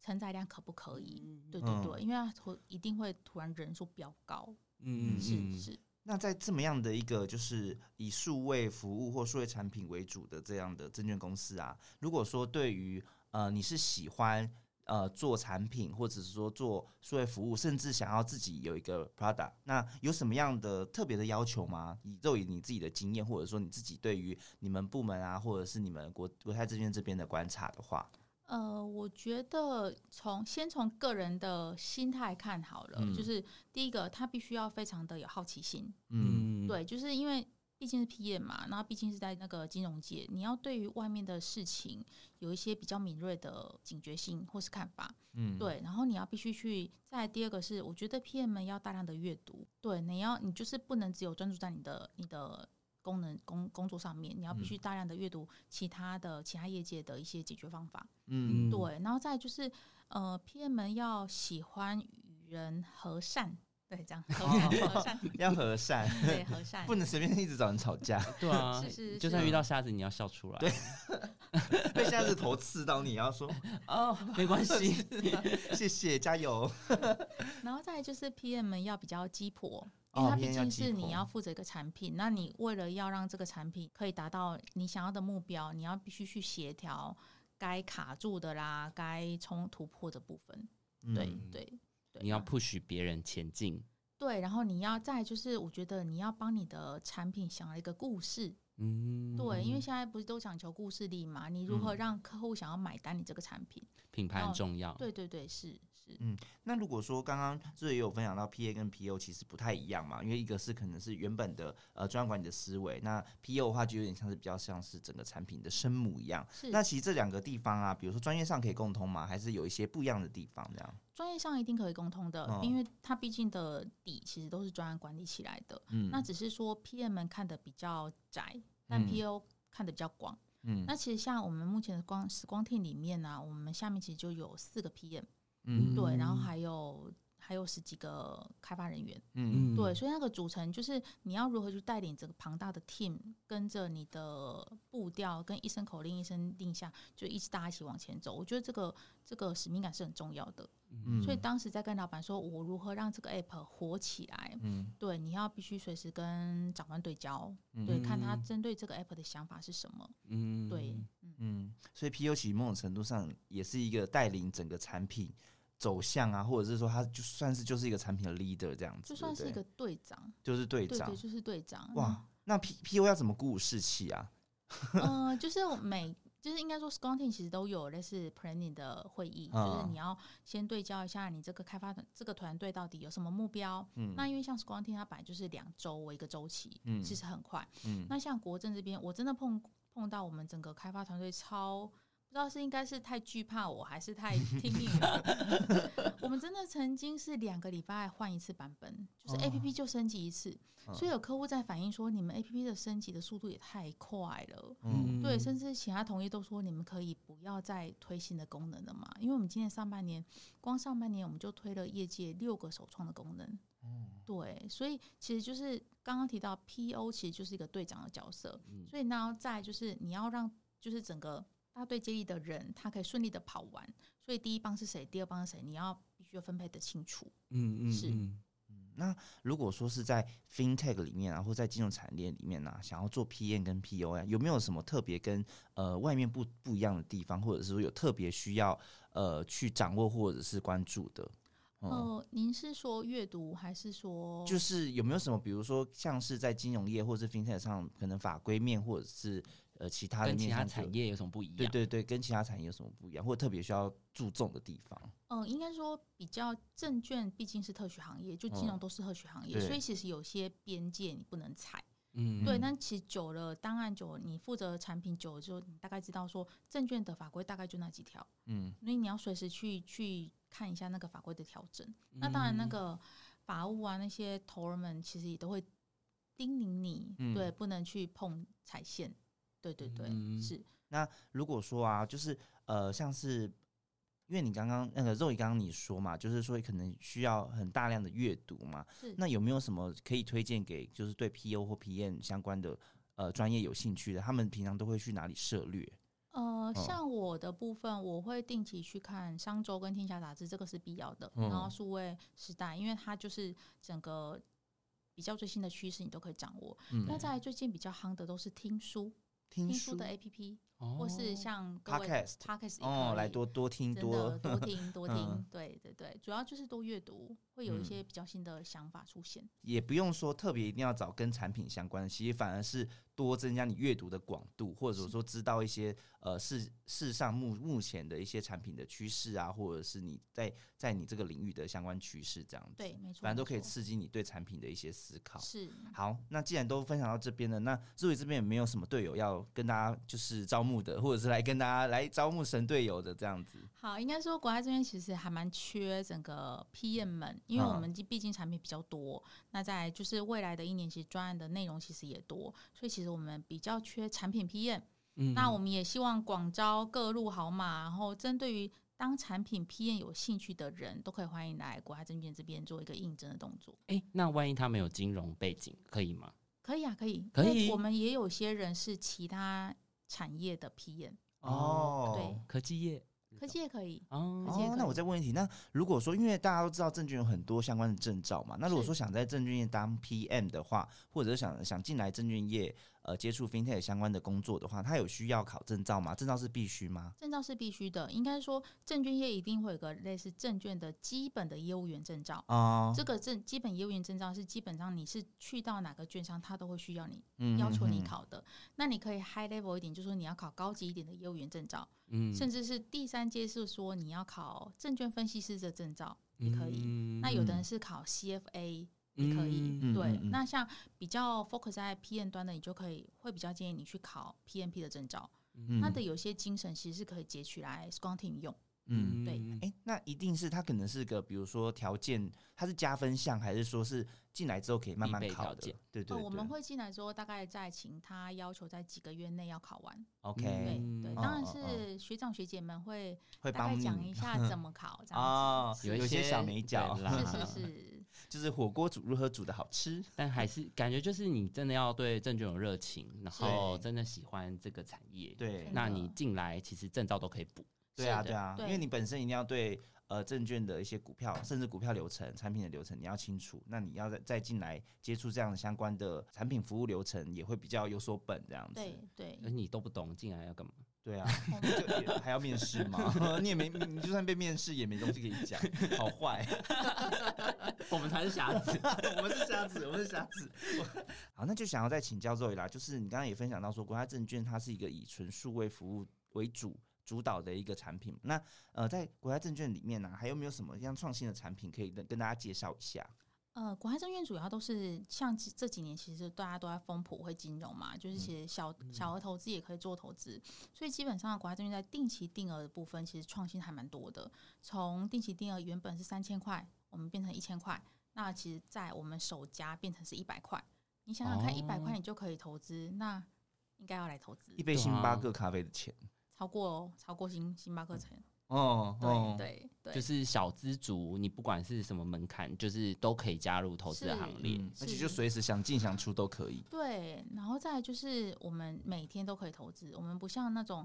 Speaker 3: 承载量可不可以？对对对，因为它突一定会突然人数飙高，
Speaker 1: 嗯
Speaker 3: 是是。
Speaker 2: 那在这么样的一个就是以数位服务或数位产品为主的这样的证券公司啊，如果说对于呃你是喜欢呃做产品，或者是说做数位服务，甚至想要自己有一个 product，那有什么样的特别的要求吗？以就以你自己的经验，或者说你自己对于你们部门啊，或者是你们国国泰证券这边的观察的话，
Speaker 1: 嗯
Speaker 3: 呃，我觉得从先从个人的心态看好了，
Speaker 2: 嗯
Speaker 3: 就是第一个，他必须要非常的有好奇心，
Speaker 2: 嗯
Speaker 3: 对，就是因为毕竟是 PM 嘛，然后毕竟是在那个金融界，你要对于外面的事情有一些比较敏锐的警觉性或是看法，
Speaker 2: 嗯，
Speaker 3: 对，然后你要必须去。再来第二个是，我觉得 PM 们要大量的阅读，对，你要你就是不能只有专注在你的你的。功能工工作上面，你要必
Speaker 2: 嗯
Speaker 3: 须大量的阅读其他的、其他业界的一些解决方法。
Speaker 2: 嗯
Speaker 3: 对，然后再来就是呃，PM 们要喜欢与人和善，对，这样和善和
Speaker 2: [LAUGHS]
Speaker 3: 善，
Speaker 2: 要和善，
Speaker 3: 对和善，
Speaker 2: 不能随便一直找人吵
Speaker 3: [LAUGHS]
Speaker 2: 架，
Speaker 1: 对啊，
Speaker 3: 是是
Speaker 1: 就是算遇到瞎子，你要笑出来。对，
Speaker 2: 被下次头刺到，你要
Speaker 3: [LAUGHS]
Speaker 2: 说
Speaker 1: [LAUGHS] 哦，没关系。
Speaker 2: 谢谢，加油。
Speaker 3: 然后再来就是 PM 们要比较鸡婆，因
Speaker 2: 哦
Speaker 3: 为它
Speaker 2: PM
Speaker 3: 毕
Speaker 2: 要
Speaker 3: 竟
Speaker 2: 鸡
Speaker 3: 是
Speaker 2: 婆
Speaker 3: 你要负责一个产品，那你为了要让这个产品可以达到你想要的目标，你要必须去协调该卡住的啦，该冲突破的部分。对、
Speaker 2: 嗯
Speaker 3: 对对，
Speaker 1: 你要
Speaker 3: 那
Speaker 1: push 别人前进，
Speaker 3: 对，然后你要再来就是，我觉得你要帮你的产品想了一个故事，
Speaker 1: 嗯，
Speaker 3: 对，因为现在不是都讲求故事力嘛，你如
Speaker 2: 嗯
Speaker 3: 何让客户想要买单你这个产品？
Speaker 1: 品牌很重
Speaker 2: 哦
Speaker 1: 要。
Speaker 3: 对对对，是是，
Speaker 2: 那如果说刚刚这也有分享到 PA 跟 PO 其实不太一样嘛，因为一个是可能是原本的呃专案管理的思维，那 PO 的话就有点像是比较像是整个产品的生母一样。
Speaker 3: 是
Speaker 2: 那其实这两个地方啊，比如说专业上可以共通吗？还是有一些不一样的地方这样？
Speaker 3: 专业上一定可以沟通的，
Speaker 2: 哦
Speaker 3: 因为它毕竟的底其实都是专案管理起来的。
Speaker 2: 嗯
Speaker 3: 那只是说 PM 们看的比较窄，但
Speaker 2: 嗯
Speaker 3: PO 看的比较广。
Speaker 2: 嗯
Speaker 3: 那其实像我们目前的光时光 team 里面呢、啊我们下面其实就有四个 PM，、
Speaker 2: 嗯
Speaker 3: 对，然后
Speaker 1: 嗯
Speaker 3: 还有还有十几个开发人员，
Speaker 2: 嗯
Speaker 3: 对，所以那个组成就是你要如何去带领这个庞大的 team，跟着你的步调，跟一声口令一声令下，就一直大家一起往前走。我觉得这个这个使命感是很重要的。
Speaker 2: 嗯，
Speaker 3: 所以当时在跟老板说，我如何让这个 app 火起来？
Speaker 2: 嗯
Speaker 3: 对，你要必须随时跟长官对焦，
Speaker 2: 嗯
Speaker 3: 对，看他针对这个 app 的想法是什么。
Speaker 1: 嗯
Speaker 3: 对，
Speaker 2: 嗯，所以 PO 其实某种程度上也是一个带领整个产品走向啊，或者是说它就算是就是一个产品的 leader 这样子，
Speaker 3: 就算是
Speaker 2: 对
Speaker 3: 一
Speaker 2: 不对
Speaker 3: 个队长，
Speaker 2: 就是队
Speaker 3: 对
Speaker 2: 长
Speaker 3: 对，就是嗯队长。
Speaker 2: 哇。那 P P O 要怎么鼓舞士气啊？
Speaker 3: 嗯，呃，就是我每。就是应该说 s c o n t i n g 其实都有类似 planning 的会议，就是
Speaker 2: 嗯
Speaker 3: 你要先对焦一下你这个开发团这个团队到底有什么目标。
Speaker 2: 嗯
Speaker 3: 那因为像 s c o n t i n g 它本来就是两周为一个周期，
Speaker 2: 嗯
Speaker 3: 其实很快。
Speaker 2: 嗯
Speaker 3: 那像国政这边，我真的碰碰到我们整个开发团队超。不知道是应该是太惧怕我，还
Speaker 2: [LAUGHS]
Speaker 3: 是太听命了。我们真的曾经是两个礼拜换一次版本，就是
Speaker 2: 哦
Speaker 3: A P P 就升级一次，
Speaker 2: 嗯
Speaker 3: 所以有客户在反映说，你们 A P P 的升级的速度也太快了。
Speaker 2: 嗯
Speaker 3: 对，甚至其他同业都说，你们可以不要再推新的功能了嘛？因为我们今年上半年，光上半年我们就推了业界六个首创的功能。
Speaker 2: 嗯
Speaker 3: 对，所以其实就是刚刚提到 PO，其实就是一个队长的角色。
Speaker 2: 嗯
Speaker 3: 所以呢，再来就是你要让就是整个大队接力的人，他可以顺利的跑完。所以第一棒是谁，第二棒是谁，你要必须要分配的清楚。
Speaker 1: 嗯嗯
Speaker 3: 是
Speaker 1: 嗯
Speaker 2: 那如果说是在 FinTech 里面啊，或在金融产业里面啊，想要做 PM 跟 PO 啊，有没有什么特别跟呃外面不不一样的地方，或者是说有特别需要呃去掌握或者是关注的？嗯
Speaker 3: 呃，您是说阅读还是说？
Speaker 2: 就是有没有什么，比如说像是在金融业或是 FinTech 上，可能法规面或者是呃其他的
Speaker 1: 跟
Speaker 2: 面
Speaker 1: 其他
Speaker 2: 向就
Speaker 1: 产业有什么不一
Speaker 2: 对
Speaker 1: 样？
Speaker 2: 对对，跟其他产业有什么不一样，或特别需要注重的地方？
Speaker 3: 嗯，应该说比较证券毕竟是特许行业，就金融都是特许行业，
Speaker 2: 嗯对
Speaker 3: 所以其实有些边界你不能踩。
Speaker 1: 嗯，
Speaker 3: 对，但其实久了，当然久了，你负责产品久了之后，你大概知道说证券的法规大概就那几条，
Speaker 2: 嗯
Speaker 3: 所以你要随时去去看一下那个法规的调整。那当
Speaker 2: 嗯
Speaker 3: 然，那个法务啊那些头儿们其实也都会叮咛你，
Speaker 2: 嗯
Speaker 3: 对，不能去碰踩线。对对对，
Speaker 1: 嗯
Speaker 3: 是
Speaker 2: 如果说啊，就是呃，像是因为你刚刚那个肉 o 刚刚你说嘛，就是说可能需要很大量的阅读嘛，
Speaker 3: 是。
Speaker 2: 那有没有什么可以推荐给就是对 PO 或 PM 相关的呃专业有兴趣的，他们平常都会去哪里涉略？
Speaker 3: 呃，
Speaker 2: 嗯
Speaker 3: 像我的部分，我会定期去看商周跟天下杂志，这个是必要的。然后
Speaker 4: 嗯
Speaker 3: 数位时代，因为它就是整个比较最新的趋势，你都可以掌握。
Speaker 4: 嗯
Speaker 3: 那在最近比较夯的都是听书，
Speaker 2: 听
Speaker 3: 书
Speaker 2: 书
Speaker 3: 的 APP，
Speaker 1: 哦
Speaker 3: 或是像各位
Speaker 2: Podcast
Speaker 3: podcast 也
Speaker 2: 哦
Speaker 3: 可，
Speaker 2: 来
Speaker 3: 以
Speaker 2: 多多听
Speaker 3: 真的
Speaker 2: 多。[LAUGHS]
Speaker 3: 多听多听
Speaker 2: 嗯，
Speaker 3: 对对对，主要就是多阅读，会有一
Speaker 2: 嗯
Speaker 3: 些比较新的想法出现。
Speaker 2: 也不用说特别一定要找跟产品相关的，其实反而是多增加你阅读的广度，或者说知道一些呃世世上目目前的一些产品的趋势啊，或者是你在在你这个领域的相关趋势这样子。
Speaker 3: 对，没错，
Speaker 2: 反正都
Speaker 3: 没
Speaker 2: 可以
Speaker 3: 错
Speaker 2: 刺激你对产品的一些思考。
Speaker 3: 是
Speaker 2: 好，那既然都分享到这边了，那志伟这边有没有什么队友要跟大家就是招募的，或者是来跟大家来招募神队友的这样子？
Speaker 3: 好，应该说国外这边其实还蛮缺整个 PM 们，因为我
Speaker 2: 嗯
Speaker 3: 们毕竟产品比较多，那在就是未来的一年，其实专案的内容其实也多，所以其实我们比较缺产品 PM。
Speaker 1: 嗯
Speaker 3: 那我们也希望广招各路好马，然后针对于当产品 PM 有兴趣的人，都可以欢迎来国外证券这边做一个应征的动作。
Speaker 1: 哎、那万一他没有金融背景，可以吗？
Speaker 3: 可以啊，可以，
Speaker 1: 可
Speaker 3: 因为
Speaker 1: 以
Speaker 3: 我们也有些人是其他产业的 PM，
Speaker 2: 哦
Speaker 3: 对，
Speaker 1: 科技业
Speaker 3: 科技也可以。
Speaker 1: 哦
Speaker 3: 科技也
Speaker 2: 哦，
Speaker 3: 可
Speaker 2: 那我
Speaker 3: 以
Speaker 2: 再问一题，那如果说因为大家都知道证券有很多相关的证照嘛，那如果
Speaker 3: 是
Speaker 2: 说想在证券业当 PM 的话，或者是想想进来证券业呃接触 FinTech 相关的工作的话，他有需要考证照吗？证照是必须吗？
Speaker 3: 证照是必须的，应该说证券业一定会有个类似证券的基本的业务员证照。
Speaker 2: 哦，
Speaker 3: 这个证基本业务员证照是基本上你是去到哪个券商，他都会需要你
Speaker 2: 嗯
Speaker 3: 要求你
Speaker 2: 嗯嗯
Speaker 3: 考的。那你可以 high level 一点，就是说你要考高级一点的业务员证照，
Speaker 1: 嗯
Speaker 3: 甚至是第三阶是说你要考证券分析师的证照。也可以
Speaker 1: 嗯
Speaker 3: 那有
Speaker 2: 嗯
Speaker 3: 的人是考 CFA 也可以，
Speaker 1: 嗯
Speaker 3: 对
Speaker 2: 嗯。嗯
Speaker 3: 那像比较 focus 在 PM 端的，你就可以会比较建议你去考 PMP 的证照。
Speaker 2: 嗯
Speaker 3: 它的有些精神其实是可以截取来 Squanting 用。
Speaker 2: 嗯，
Speaker 3: 对
Speaker 2: 哎、那一定是他可能是个，比如说条件，它是加分项，还是说是进来之后可以慢
Speaker 1: 必
Speaker 2: 慢
Speaker 1: 备
Speaker 2: 考
Speaker 1: 条
Speaker 2: 的
Speaker 1: 件？
Speaker 2: 对对对，
Speaker 3: 呃，我们会进来之后，大概再请他要求在几个月内要考完。对
Speaker 2: OK，、
Speaker 1: 嗯
Speaker 3: 对，
Speaker 1: 哦
Speaker 3: 当然
Speaker 2: 哦哦
Speaker 3: 是学长学姐们会
Speaker 2: 会
Speaker 3: 大概
Speaker 2: 帮
Speaker 3: 讲一
Speaker 2: 你。嗯
Speaker 3: 下怎么考这样
Speaker 2: 哦
Speaker 3: 子。，
Speaker 1: 有
Speaker 2: 有
Speaker 1: 一
Speaker 2: 一些
Speaker 1: 些
Speaker 2: 小美角
Speaker 1: 对啦，
Speaker 3: 是是是，
Speaker 2: [LAUGHS] 就是火锅煮如何煮的好吃，
Speaker 1: 但还是感觉就是你真的要对证券有热情，然后真的喜欢这个产业，
Speaker 2: 对
Speaker 1: 那你进来其实证照都可以补。
Speaker 2: 对啊
Speaker 1: 是的
Speaker 2: 对啊，
Speaker 3: 对
Speaker 2: 因为你本身一定要对呃证券的一些股票，甚至股票流程、产品的流程你要清楚，那你要再再进来接触这样相关的产品服务流程，也会比较有所本这样子。
Speaker 3: 对对
Speaker 1: 而。你都不懂，进来要干嘛？
Speaker 2: 对啊， [LAUGHS]
Speaker 3: 我们
Speaker 2: 就也还要面试吗？ [LAUGHS] 你也没，你就算被面试也没东西可以讲，好坏。
Speaker 1: [LAUGHS] 我们才是瞎子。
Speaker 2: 我们是瞎子，我们是瞎子。 [LAUGHS] 好，那就想要再请教 Zoe 啦，就是你刚刚也分享到说，国家证券它是一个以纯数位服务为主主导的一个产品。那呃，在国家证券里面呢、还有没有什么样创新的产品可以跟跟大家介绍一下？
Speaker 3: 呃，国泰证券主要都是像这这几年，其实大家都在风普会金融嘛，
Speaker 1: 嗯
Speaker 3: 就是其实小、小额投资也可以做投资，所以基本上国泰证券在定期定额的部分，其实创新还蛮多的。从定期定额原本是三千块，我们变成一千块，那其实在我们首家变成是一百块。你想想看，一百块
Speaker 1: 哦
Speaker 3: 你就可以投资，那应该要来投资
Speaker 2: 一，杯星巴克咖啡的钱。
Speaker 3: 超过超过星星巴克城，
Speaker 2: 哦，
Speaker 3: 对、
Speaker 2: 哦，
Speaker 3: 对对，
Speaker 1: 就是小资族，你不管是什么门槛，就是都可以加入投资的行列。
Speaker 2: 嗯，而且就是随时想进想出都可以。
Speaker 3: [LAUGHS] 对，然后再来就是我们每天都可以投资，我们不像那种，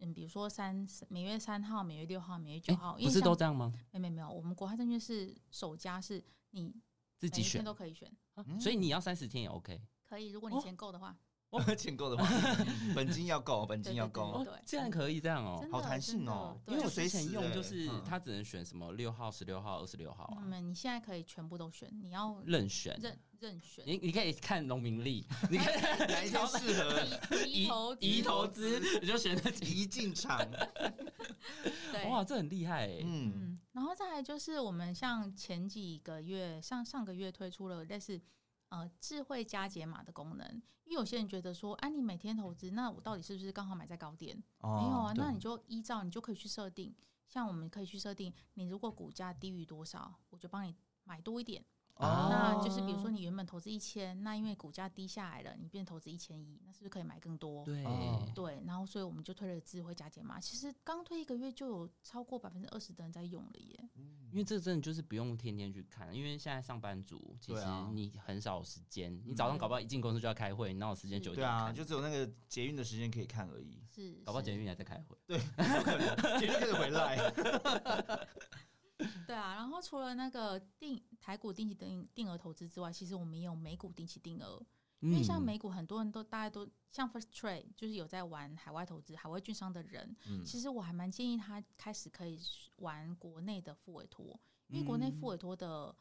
Speaker 3: 嗯，比如说三每月三号、每月六号、每月九
Speaker 1: 哎
Speaker 3: 号，因
Speaker 1: 不
Speaker 3: 为
Speaker 1: 是
Speaker 3: 像
Speaker 1: 都这样吗？
Speaker 3: 没没没有，我们国泰证券是首家是你
Speaker 1: 自
Speaker 3: 每
Speaker 1: 己
Speaker 3: 一天
Speaker 1: 选，
Speaker 3: 都可以选，
Speaker 1: 啊所以你要三十天也 OK。
Speaker 3: 可以，如果你
Speaker 1: 哦
Speaker 3: 钱够的话，
Speaker 2: [LAUGHS] 钱够的话，
Speaker 3: [LAUGHS]
Speaker 2: 嗯本金要够，本
Speaker 3: 哦对
Speaker 2: 金要
Speaker 3: 对哦对
Speaker 2: 够。
Speaker 3: 对
Speaker 1: 竟然可哦以这样哦
Speaker 3: 真！
Speaker 2: 好
Speaker 3: 的
Speaker 2: 弹
Speaker 3: 真
Speaker 2: 性
Speaker 3: 的
Speaker 2: 哦
Speaker 3: 对
Speaker 1: 因为我
Speaker 2: 就随
Speaker 1: 之前
Speaker 2: 时
Speaker 1: 用
Speaker 2: 欸
Speaker 1: 就是
Speaker 2: 嗯
Speaker 1: 它只能选什么六号、十六号、二十六号
Speaker 3: 那
Speaker 1: 啊，
Speaker 3: 么你现在可以全部都选，你要
Speaker 1: 任选。
Speaker 3: 嗯任任选，
Speaker 1: 你你可以看农民历，你看
Speaker 2: 哪一天适合
Speaker 3: [LAUGHS]
Speaker 1: [LAUGHS]
Speaker 3: 移移投
Speaker 1: 移
Speaker 3: 资
Speaker 1: 投资，
Speaker 3: [LAUGHS]
Speaker 1: 你就选那几。
Speaker 2: 一进场？
Speaker 3: 对，
Speaker 1: 哇，这很厉害哎！
Speaker 2: 嗯，
Speaker 3: 嗯，然后再来就是我们像前几个月，上上个月推出了类似呃智慧加解码的功能，因为有些人觉得说，啊，你每天投资，那我到底是不是刚好买在高点？没有啊，
Speaker 2: 哦对
Speaker 3: 那你就依照你就可以去设定，像我们可以去设定，你如果股价低于多少，我就帮你买多一点。
Speaker 1: 哦
Speaker 3: 那就是比如说你原本投资一千，那因为股价低下来了，你变投资一千一，那是不是可以买更多？
Speaker 1: 对，
Speaker 2: 哦
Speaker 3: 对，然后所以我们就推了智慧加解码，其实刚推一个月就有超过百分之二十的人在用了耶。
Speaker 1: 因为这真的就是不用天天去看，因为现在上班族其实
Speaker 2: 对啊
Speaker 1: 你很少有时间，你早上搞不好一进公司就要开会，你哪有时间九
Speaker 2: 对
Speaker 1: 点
Speaker 2: 啊，
Speaker 1: 看
Speaker 2: 就只有那个捷运的时间可以看
Speaker 1: [LAUGHS]
Speaker 2: 而已。
Speaker 3: 是
Speaker 1: 搞不好
Speaker 3: 是
Speaker 1: 简运还在开会。
Speaker 2: 捷运开始回来，
Speaker 3: 对啊，然后除了那个定台股定期定定额投资之外，其实我们也有美股定期定额，因为
Speaker 1: 嗯
Speaker 3: 像美股很多人都大家都像 First Trade，就是有在玩海外投资、海外券商的人，
Speaker 2: 嗯
Speaker 3: 其实我还蛮建议他开始可以玩国内的副委托，因为国
Speaker 1: 嗯
Speaker 3: 内副委托的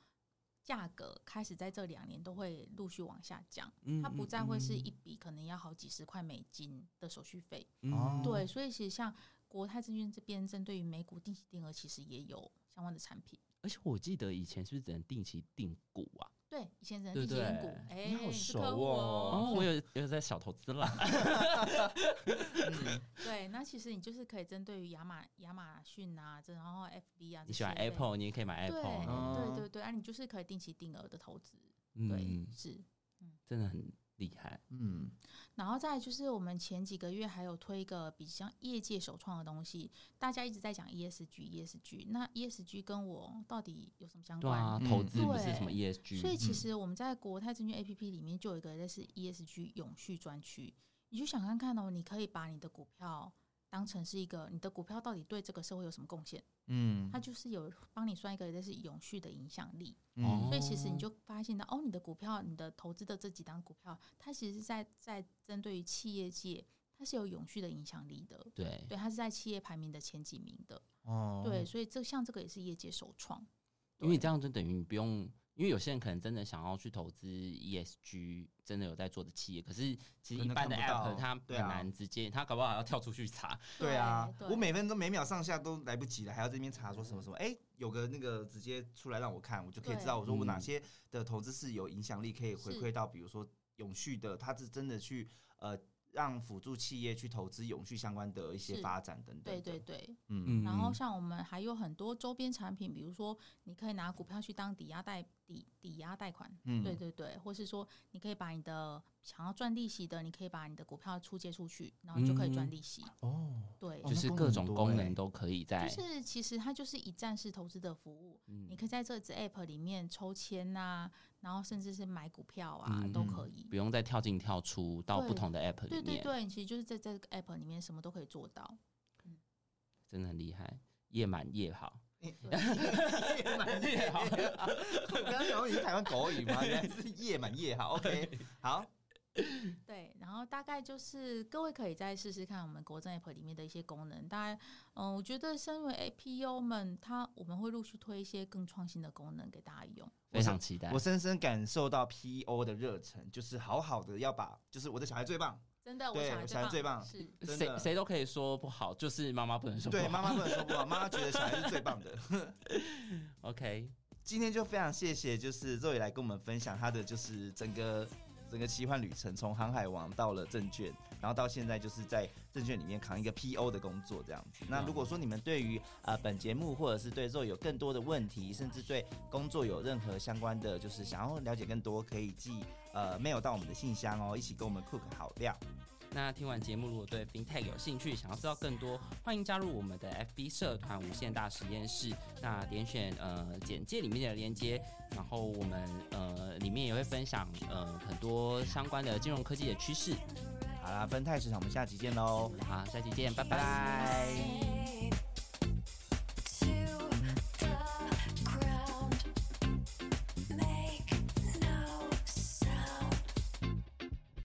Speaker 3: 价格开始在这两年都会陆续往下降，
Speaker 1: 嗯
Speaker 3: 它不再会是一笔可能要好几十块美金的手续费。
Speaker 1: 嗯
Speaker 2: 哦
Speaker 3: 对，所以其实像国泰证券这边针对于美股定期定额，其实也有相关的产品。
Speaker 1: 而且我记得以前是不是只能定期定股啊？
Speaker 3: 对，以前人
Speaker 1: 对
Speaker 3: 力
Speaker 1: 不对
Speaker 3: 选股，哎，
Speaker 2: 你好
Speaker 3: 是
Speaker 2: 熟
Speaker 3: 客户
Speaker 2: 哦
Speaker 1: 哦，我有有在小投资 [LAUGHS] 啦。
Speaker 3: 对，那其实你就是可以针对于亚马亚马逊啊，这然后 FB 啊，
Speaker 1: 你
Speaker 3: 这
Speaker 1: 喜欢
Speaker 3: 些类
Speaker 1: Apple，你也可以买
Speaker 3: 对
Speaker 1: Apple。
Speaker 2: 嗯
Speaker 3: 对对对，啊，你就是可以定期定额的投资，对
Speaker 1: 嗯，，
Speaker 3: 是。
Speaker 1: 真的很厉害。
Speaker 2: 嗯，
Speaker 3: 然后再来就是我们前几个月还有推一个比较业界首创的东西，大家一直在讲 E ESG，ESG，那 ESG 跟我到底有什么相
Speaker 1: 对
Speaker 3: 关？
Speaker 1: 啊，
Speaker 2: 嗯
Speaker 1: 投资不是什么
Speaker 3: 对
Speaker 1: ESG，
Speaker 3: 所以其
Speaker 2: 嗯
Speaker 3: 实我们在国泰证券 A P P 里面就有一个类似 E S G 永续专区，你就想看看哦，你可以把你的股票当成是一个，你的股票到底对这个社会有什么贡献？
Speaker 2: 嗯
Speaker 3: 它就是有帮你算一个类似永续的影响力。
Speaker 2: 嗯
Speaker 1: 哦
Speaker 3: 所以其实你就发现到哦，你的股票，你的投资的这几档股票，它其实是在在针对于企业界，它是有永续的影响力的。
Speaker 1: 对，
Speaker 3: 对，它是在企业排名的前几名的。
Speaker 2: 哦
Speaker 3: 对，，所以这像这个也是业界首创。
Speaker 1: 因为
Speaker 3: 对
Speaker 1: 这样就等于你不用，因为有些人可能真的想要去投资 ESG，真的有在做的企业，可是其实
Speaker 2: 可
Speaker 1: 一
Speaker 2: 能
Speaker 1: 般的
Speaker 2: 看不到
Speaker 1: App 它很
Speaker 2: 对啊
Speaker 1: 难直接，它搞不好还要跳出去查。
Speaker 2: 对啊，
Speaker 3: 对
Speaker 2: 我每分钟每秒上下都来不及了，还要这边查说什么什
Speaker 3: 嗯
Speaker 2: 么，哎，有个那个直接出来让我看，我就可以知道
Speaker 3: 对
Speaker 2: 我说我哦哪
Speaker 1: 嗯
Speaker 2: 些的投资是有影响力，可以回
Speaker 3: 是
Speaker 2: 馈到，比如说永续的，它是真的去呃让辅助企业去投资永续相关的一些
Speaker 3: 是
Speaker 2: 发展等等
Speaker 3: 对
Speaker 2: 的，
Speaker 3: 对对，
Speaker 2: 嗯，
Speaker 1: 嗯，
Speaker 3: 然后像我们还有很多周边产品，比如说你可以拿股票去当抵押贷抵抵押贷款，
Speaker 2: 嗯
Speaker 3: 对对对，或是说你可以把你的想要赚利息的，你可以把你的股票出借出去，然后就可以赚利息。
Speaker 2: 哦，
Speaker 3: 对，
Speaker 2: 哦
Speaker 1: 嗯就是
Speaker 2: 那
Speaker 1: 各
Speaker 2: 功能
Speaker 1: 种
Speaker 2: 多
Speaker 1: 功
Speaker 2: 欸
Speaker 1: 能都可以在嗯
Speaker 3: 就，是其实它就是一站式投资的服务，你可以在这支 app 里面抽签呐、然后甚至是买股票啊、
Speaker 1: 嗯
Speaker 3: 都可以
Speaker 1: 不。用再跳进跳出到不
Speaker 3: 对
Speaker 1: 同的 App
Speaker 3: 对
Speaker 1: 里
Speaker 3: 对
Speaker 1: 面，
Speaker 3: 对，你其实就是在这个 app 里面什么都可以做到。
Speaker 1: 真的很厉害。夜满夜好，
Speaker 2: 夜满夜好，我刚刚想说你是台湾狗语吗？原来是夜满夜好，OK，好，
Speaker 3: 对，然后大概就是各位可以再试试看我们国政 app 里面的一些功能。大概，嗯，我觉得身为 APU 们，它我们会陆续推一些更创新的功能给大家用。
Speaker 1: 非常期待
Speaker 2: 我。深深感受到 PO 的热忱，就是好好的要把，就是我的小孩最棒，
Speaker 3: 真的，我
Speaker 2: 对
Speaker 3: 想
Speaker 2: 我
Speaker 3: 得
Speaker 2: 想得最棒
Speaker 3: 是
Speaker 2: 真
Speaker 1: 谁
Speaker 2: 的。
Speaker 1: 谁都可以说不好，就是妈妈不能说不
Speaker 2: 对，
Speaker 1: 好。
Speaker 2: 妈妈不能说不好，妈妈觉得小孩是最棒的。
Speaker 1: OK，
Speaker 2: 今天就非常谢谢，就是肉也来跟我们分享他的就是整个整个奇幻旅程，从航海王到了证券，然后到现在就是在证券里面扛一个 PO 的工作这样子。那如果说你们对于呃本节目或者是对肉有更多的问题，甚至对工作有任何相关的，就是想要了解更多，可以寄呃 mail 到我们的信箱哦，一起跟我们 cook 好料。
Speaker 1: 那听完节目，如果对 FinTech 有兴趣，想要知道更多，欢迎加入我们的 FB 社团“无限大实验室”。那点选呃简介里面的连接，然后我们呃里面也会分享呃很多相关的金融科技的趋势。
Speaker 2: 好啦，分泰市场，我们下期见喽。
Speaker 1: 好，下期见，拜拜
Speaker 2: 拜。
Speaker 4: Bye.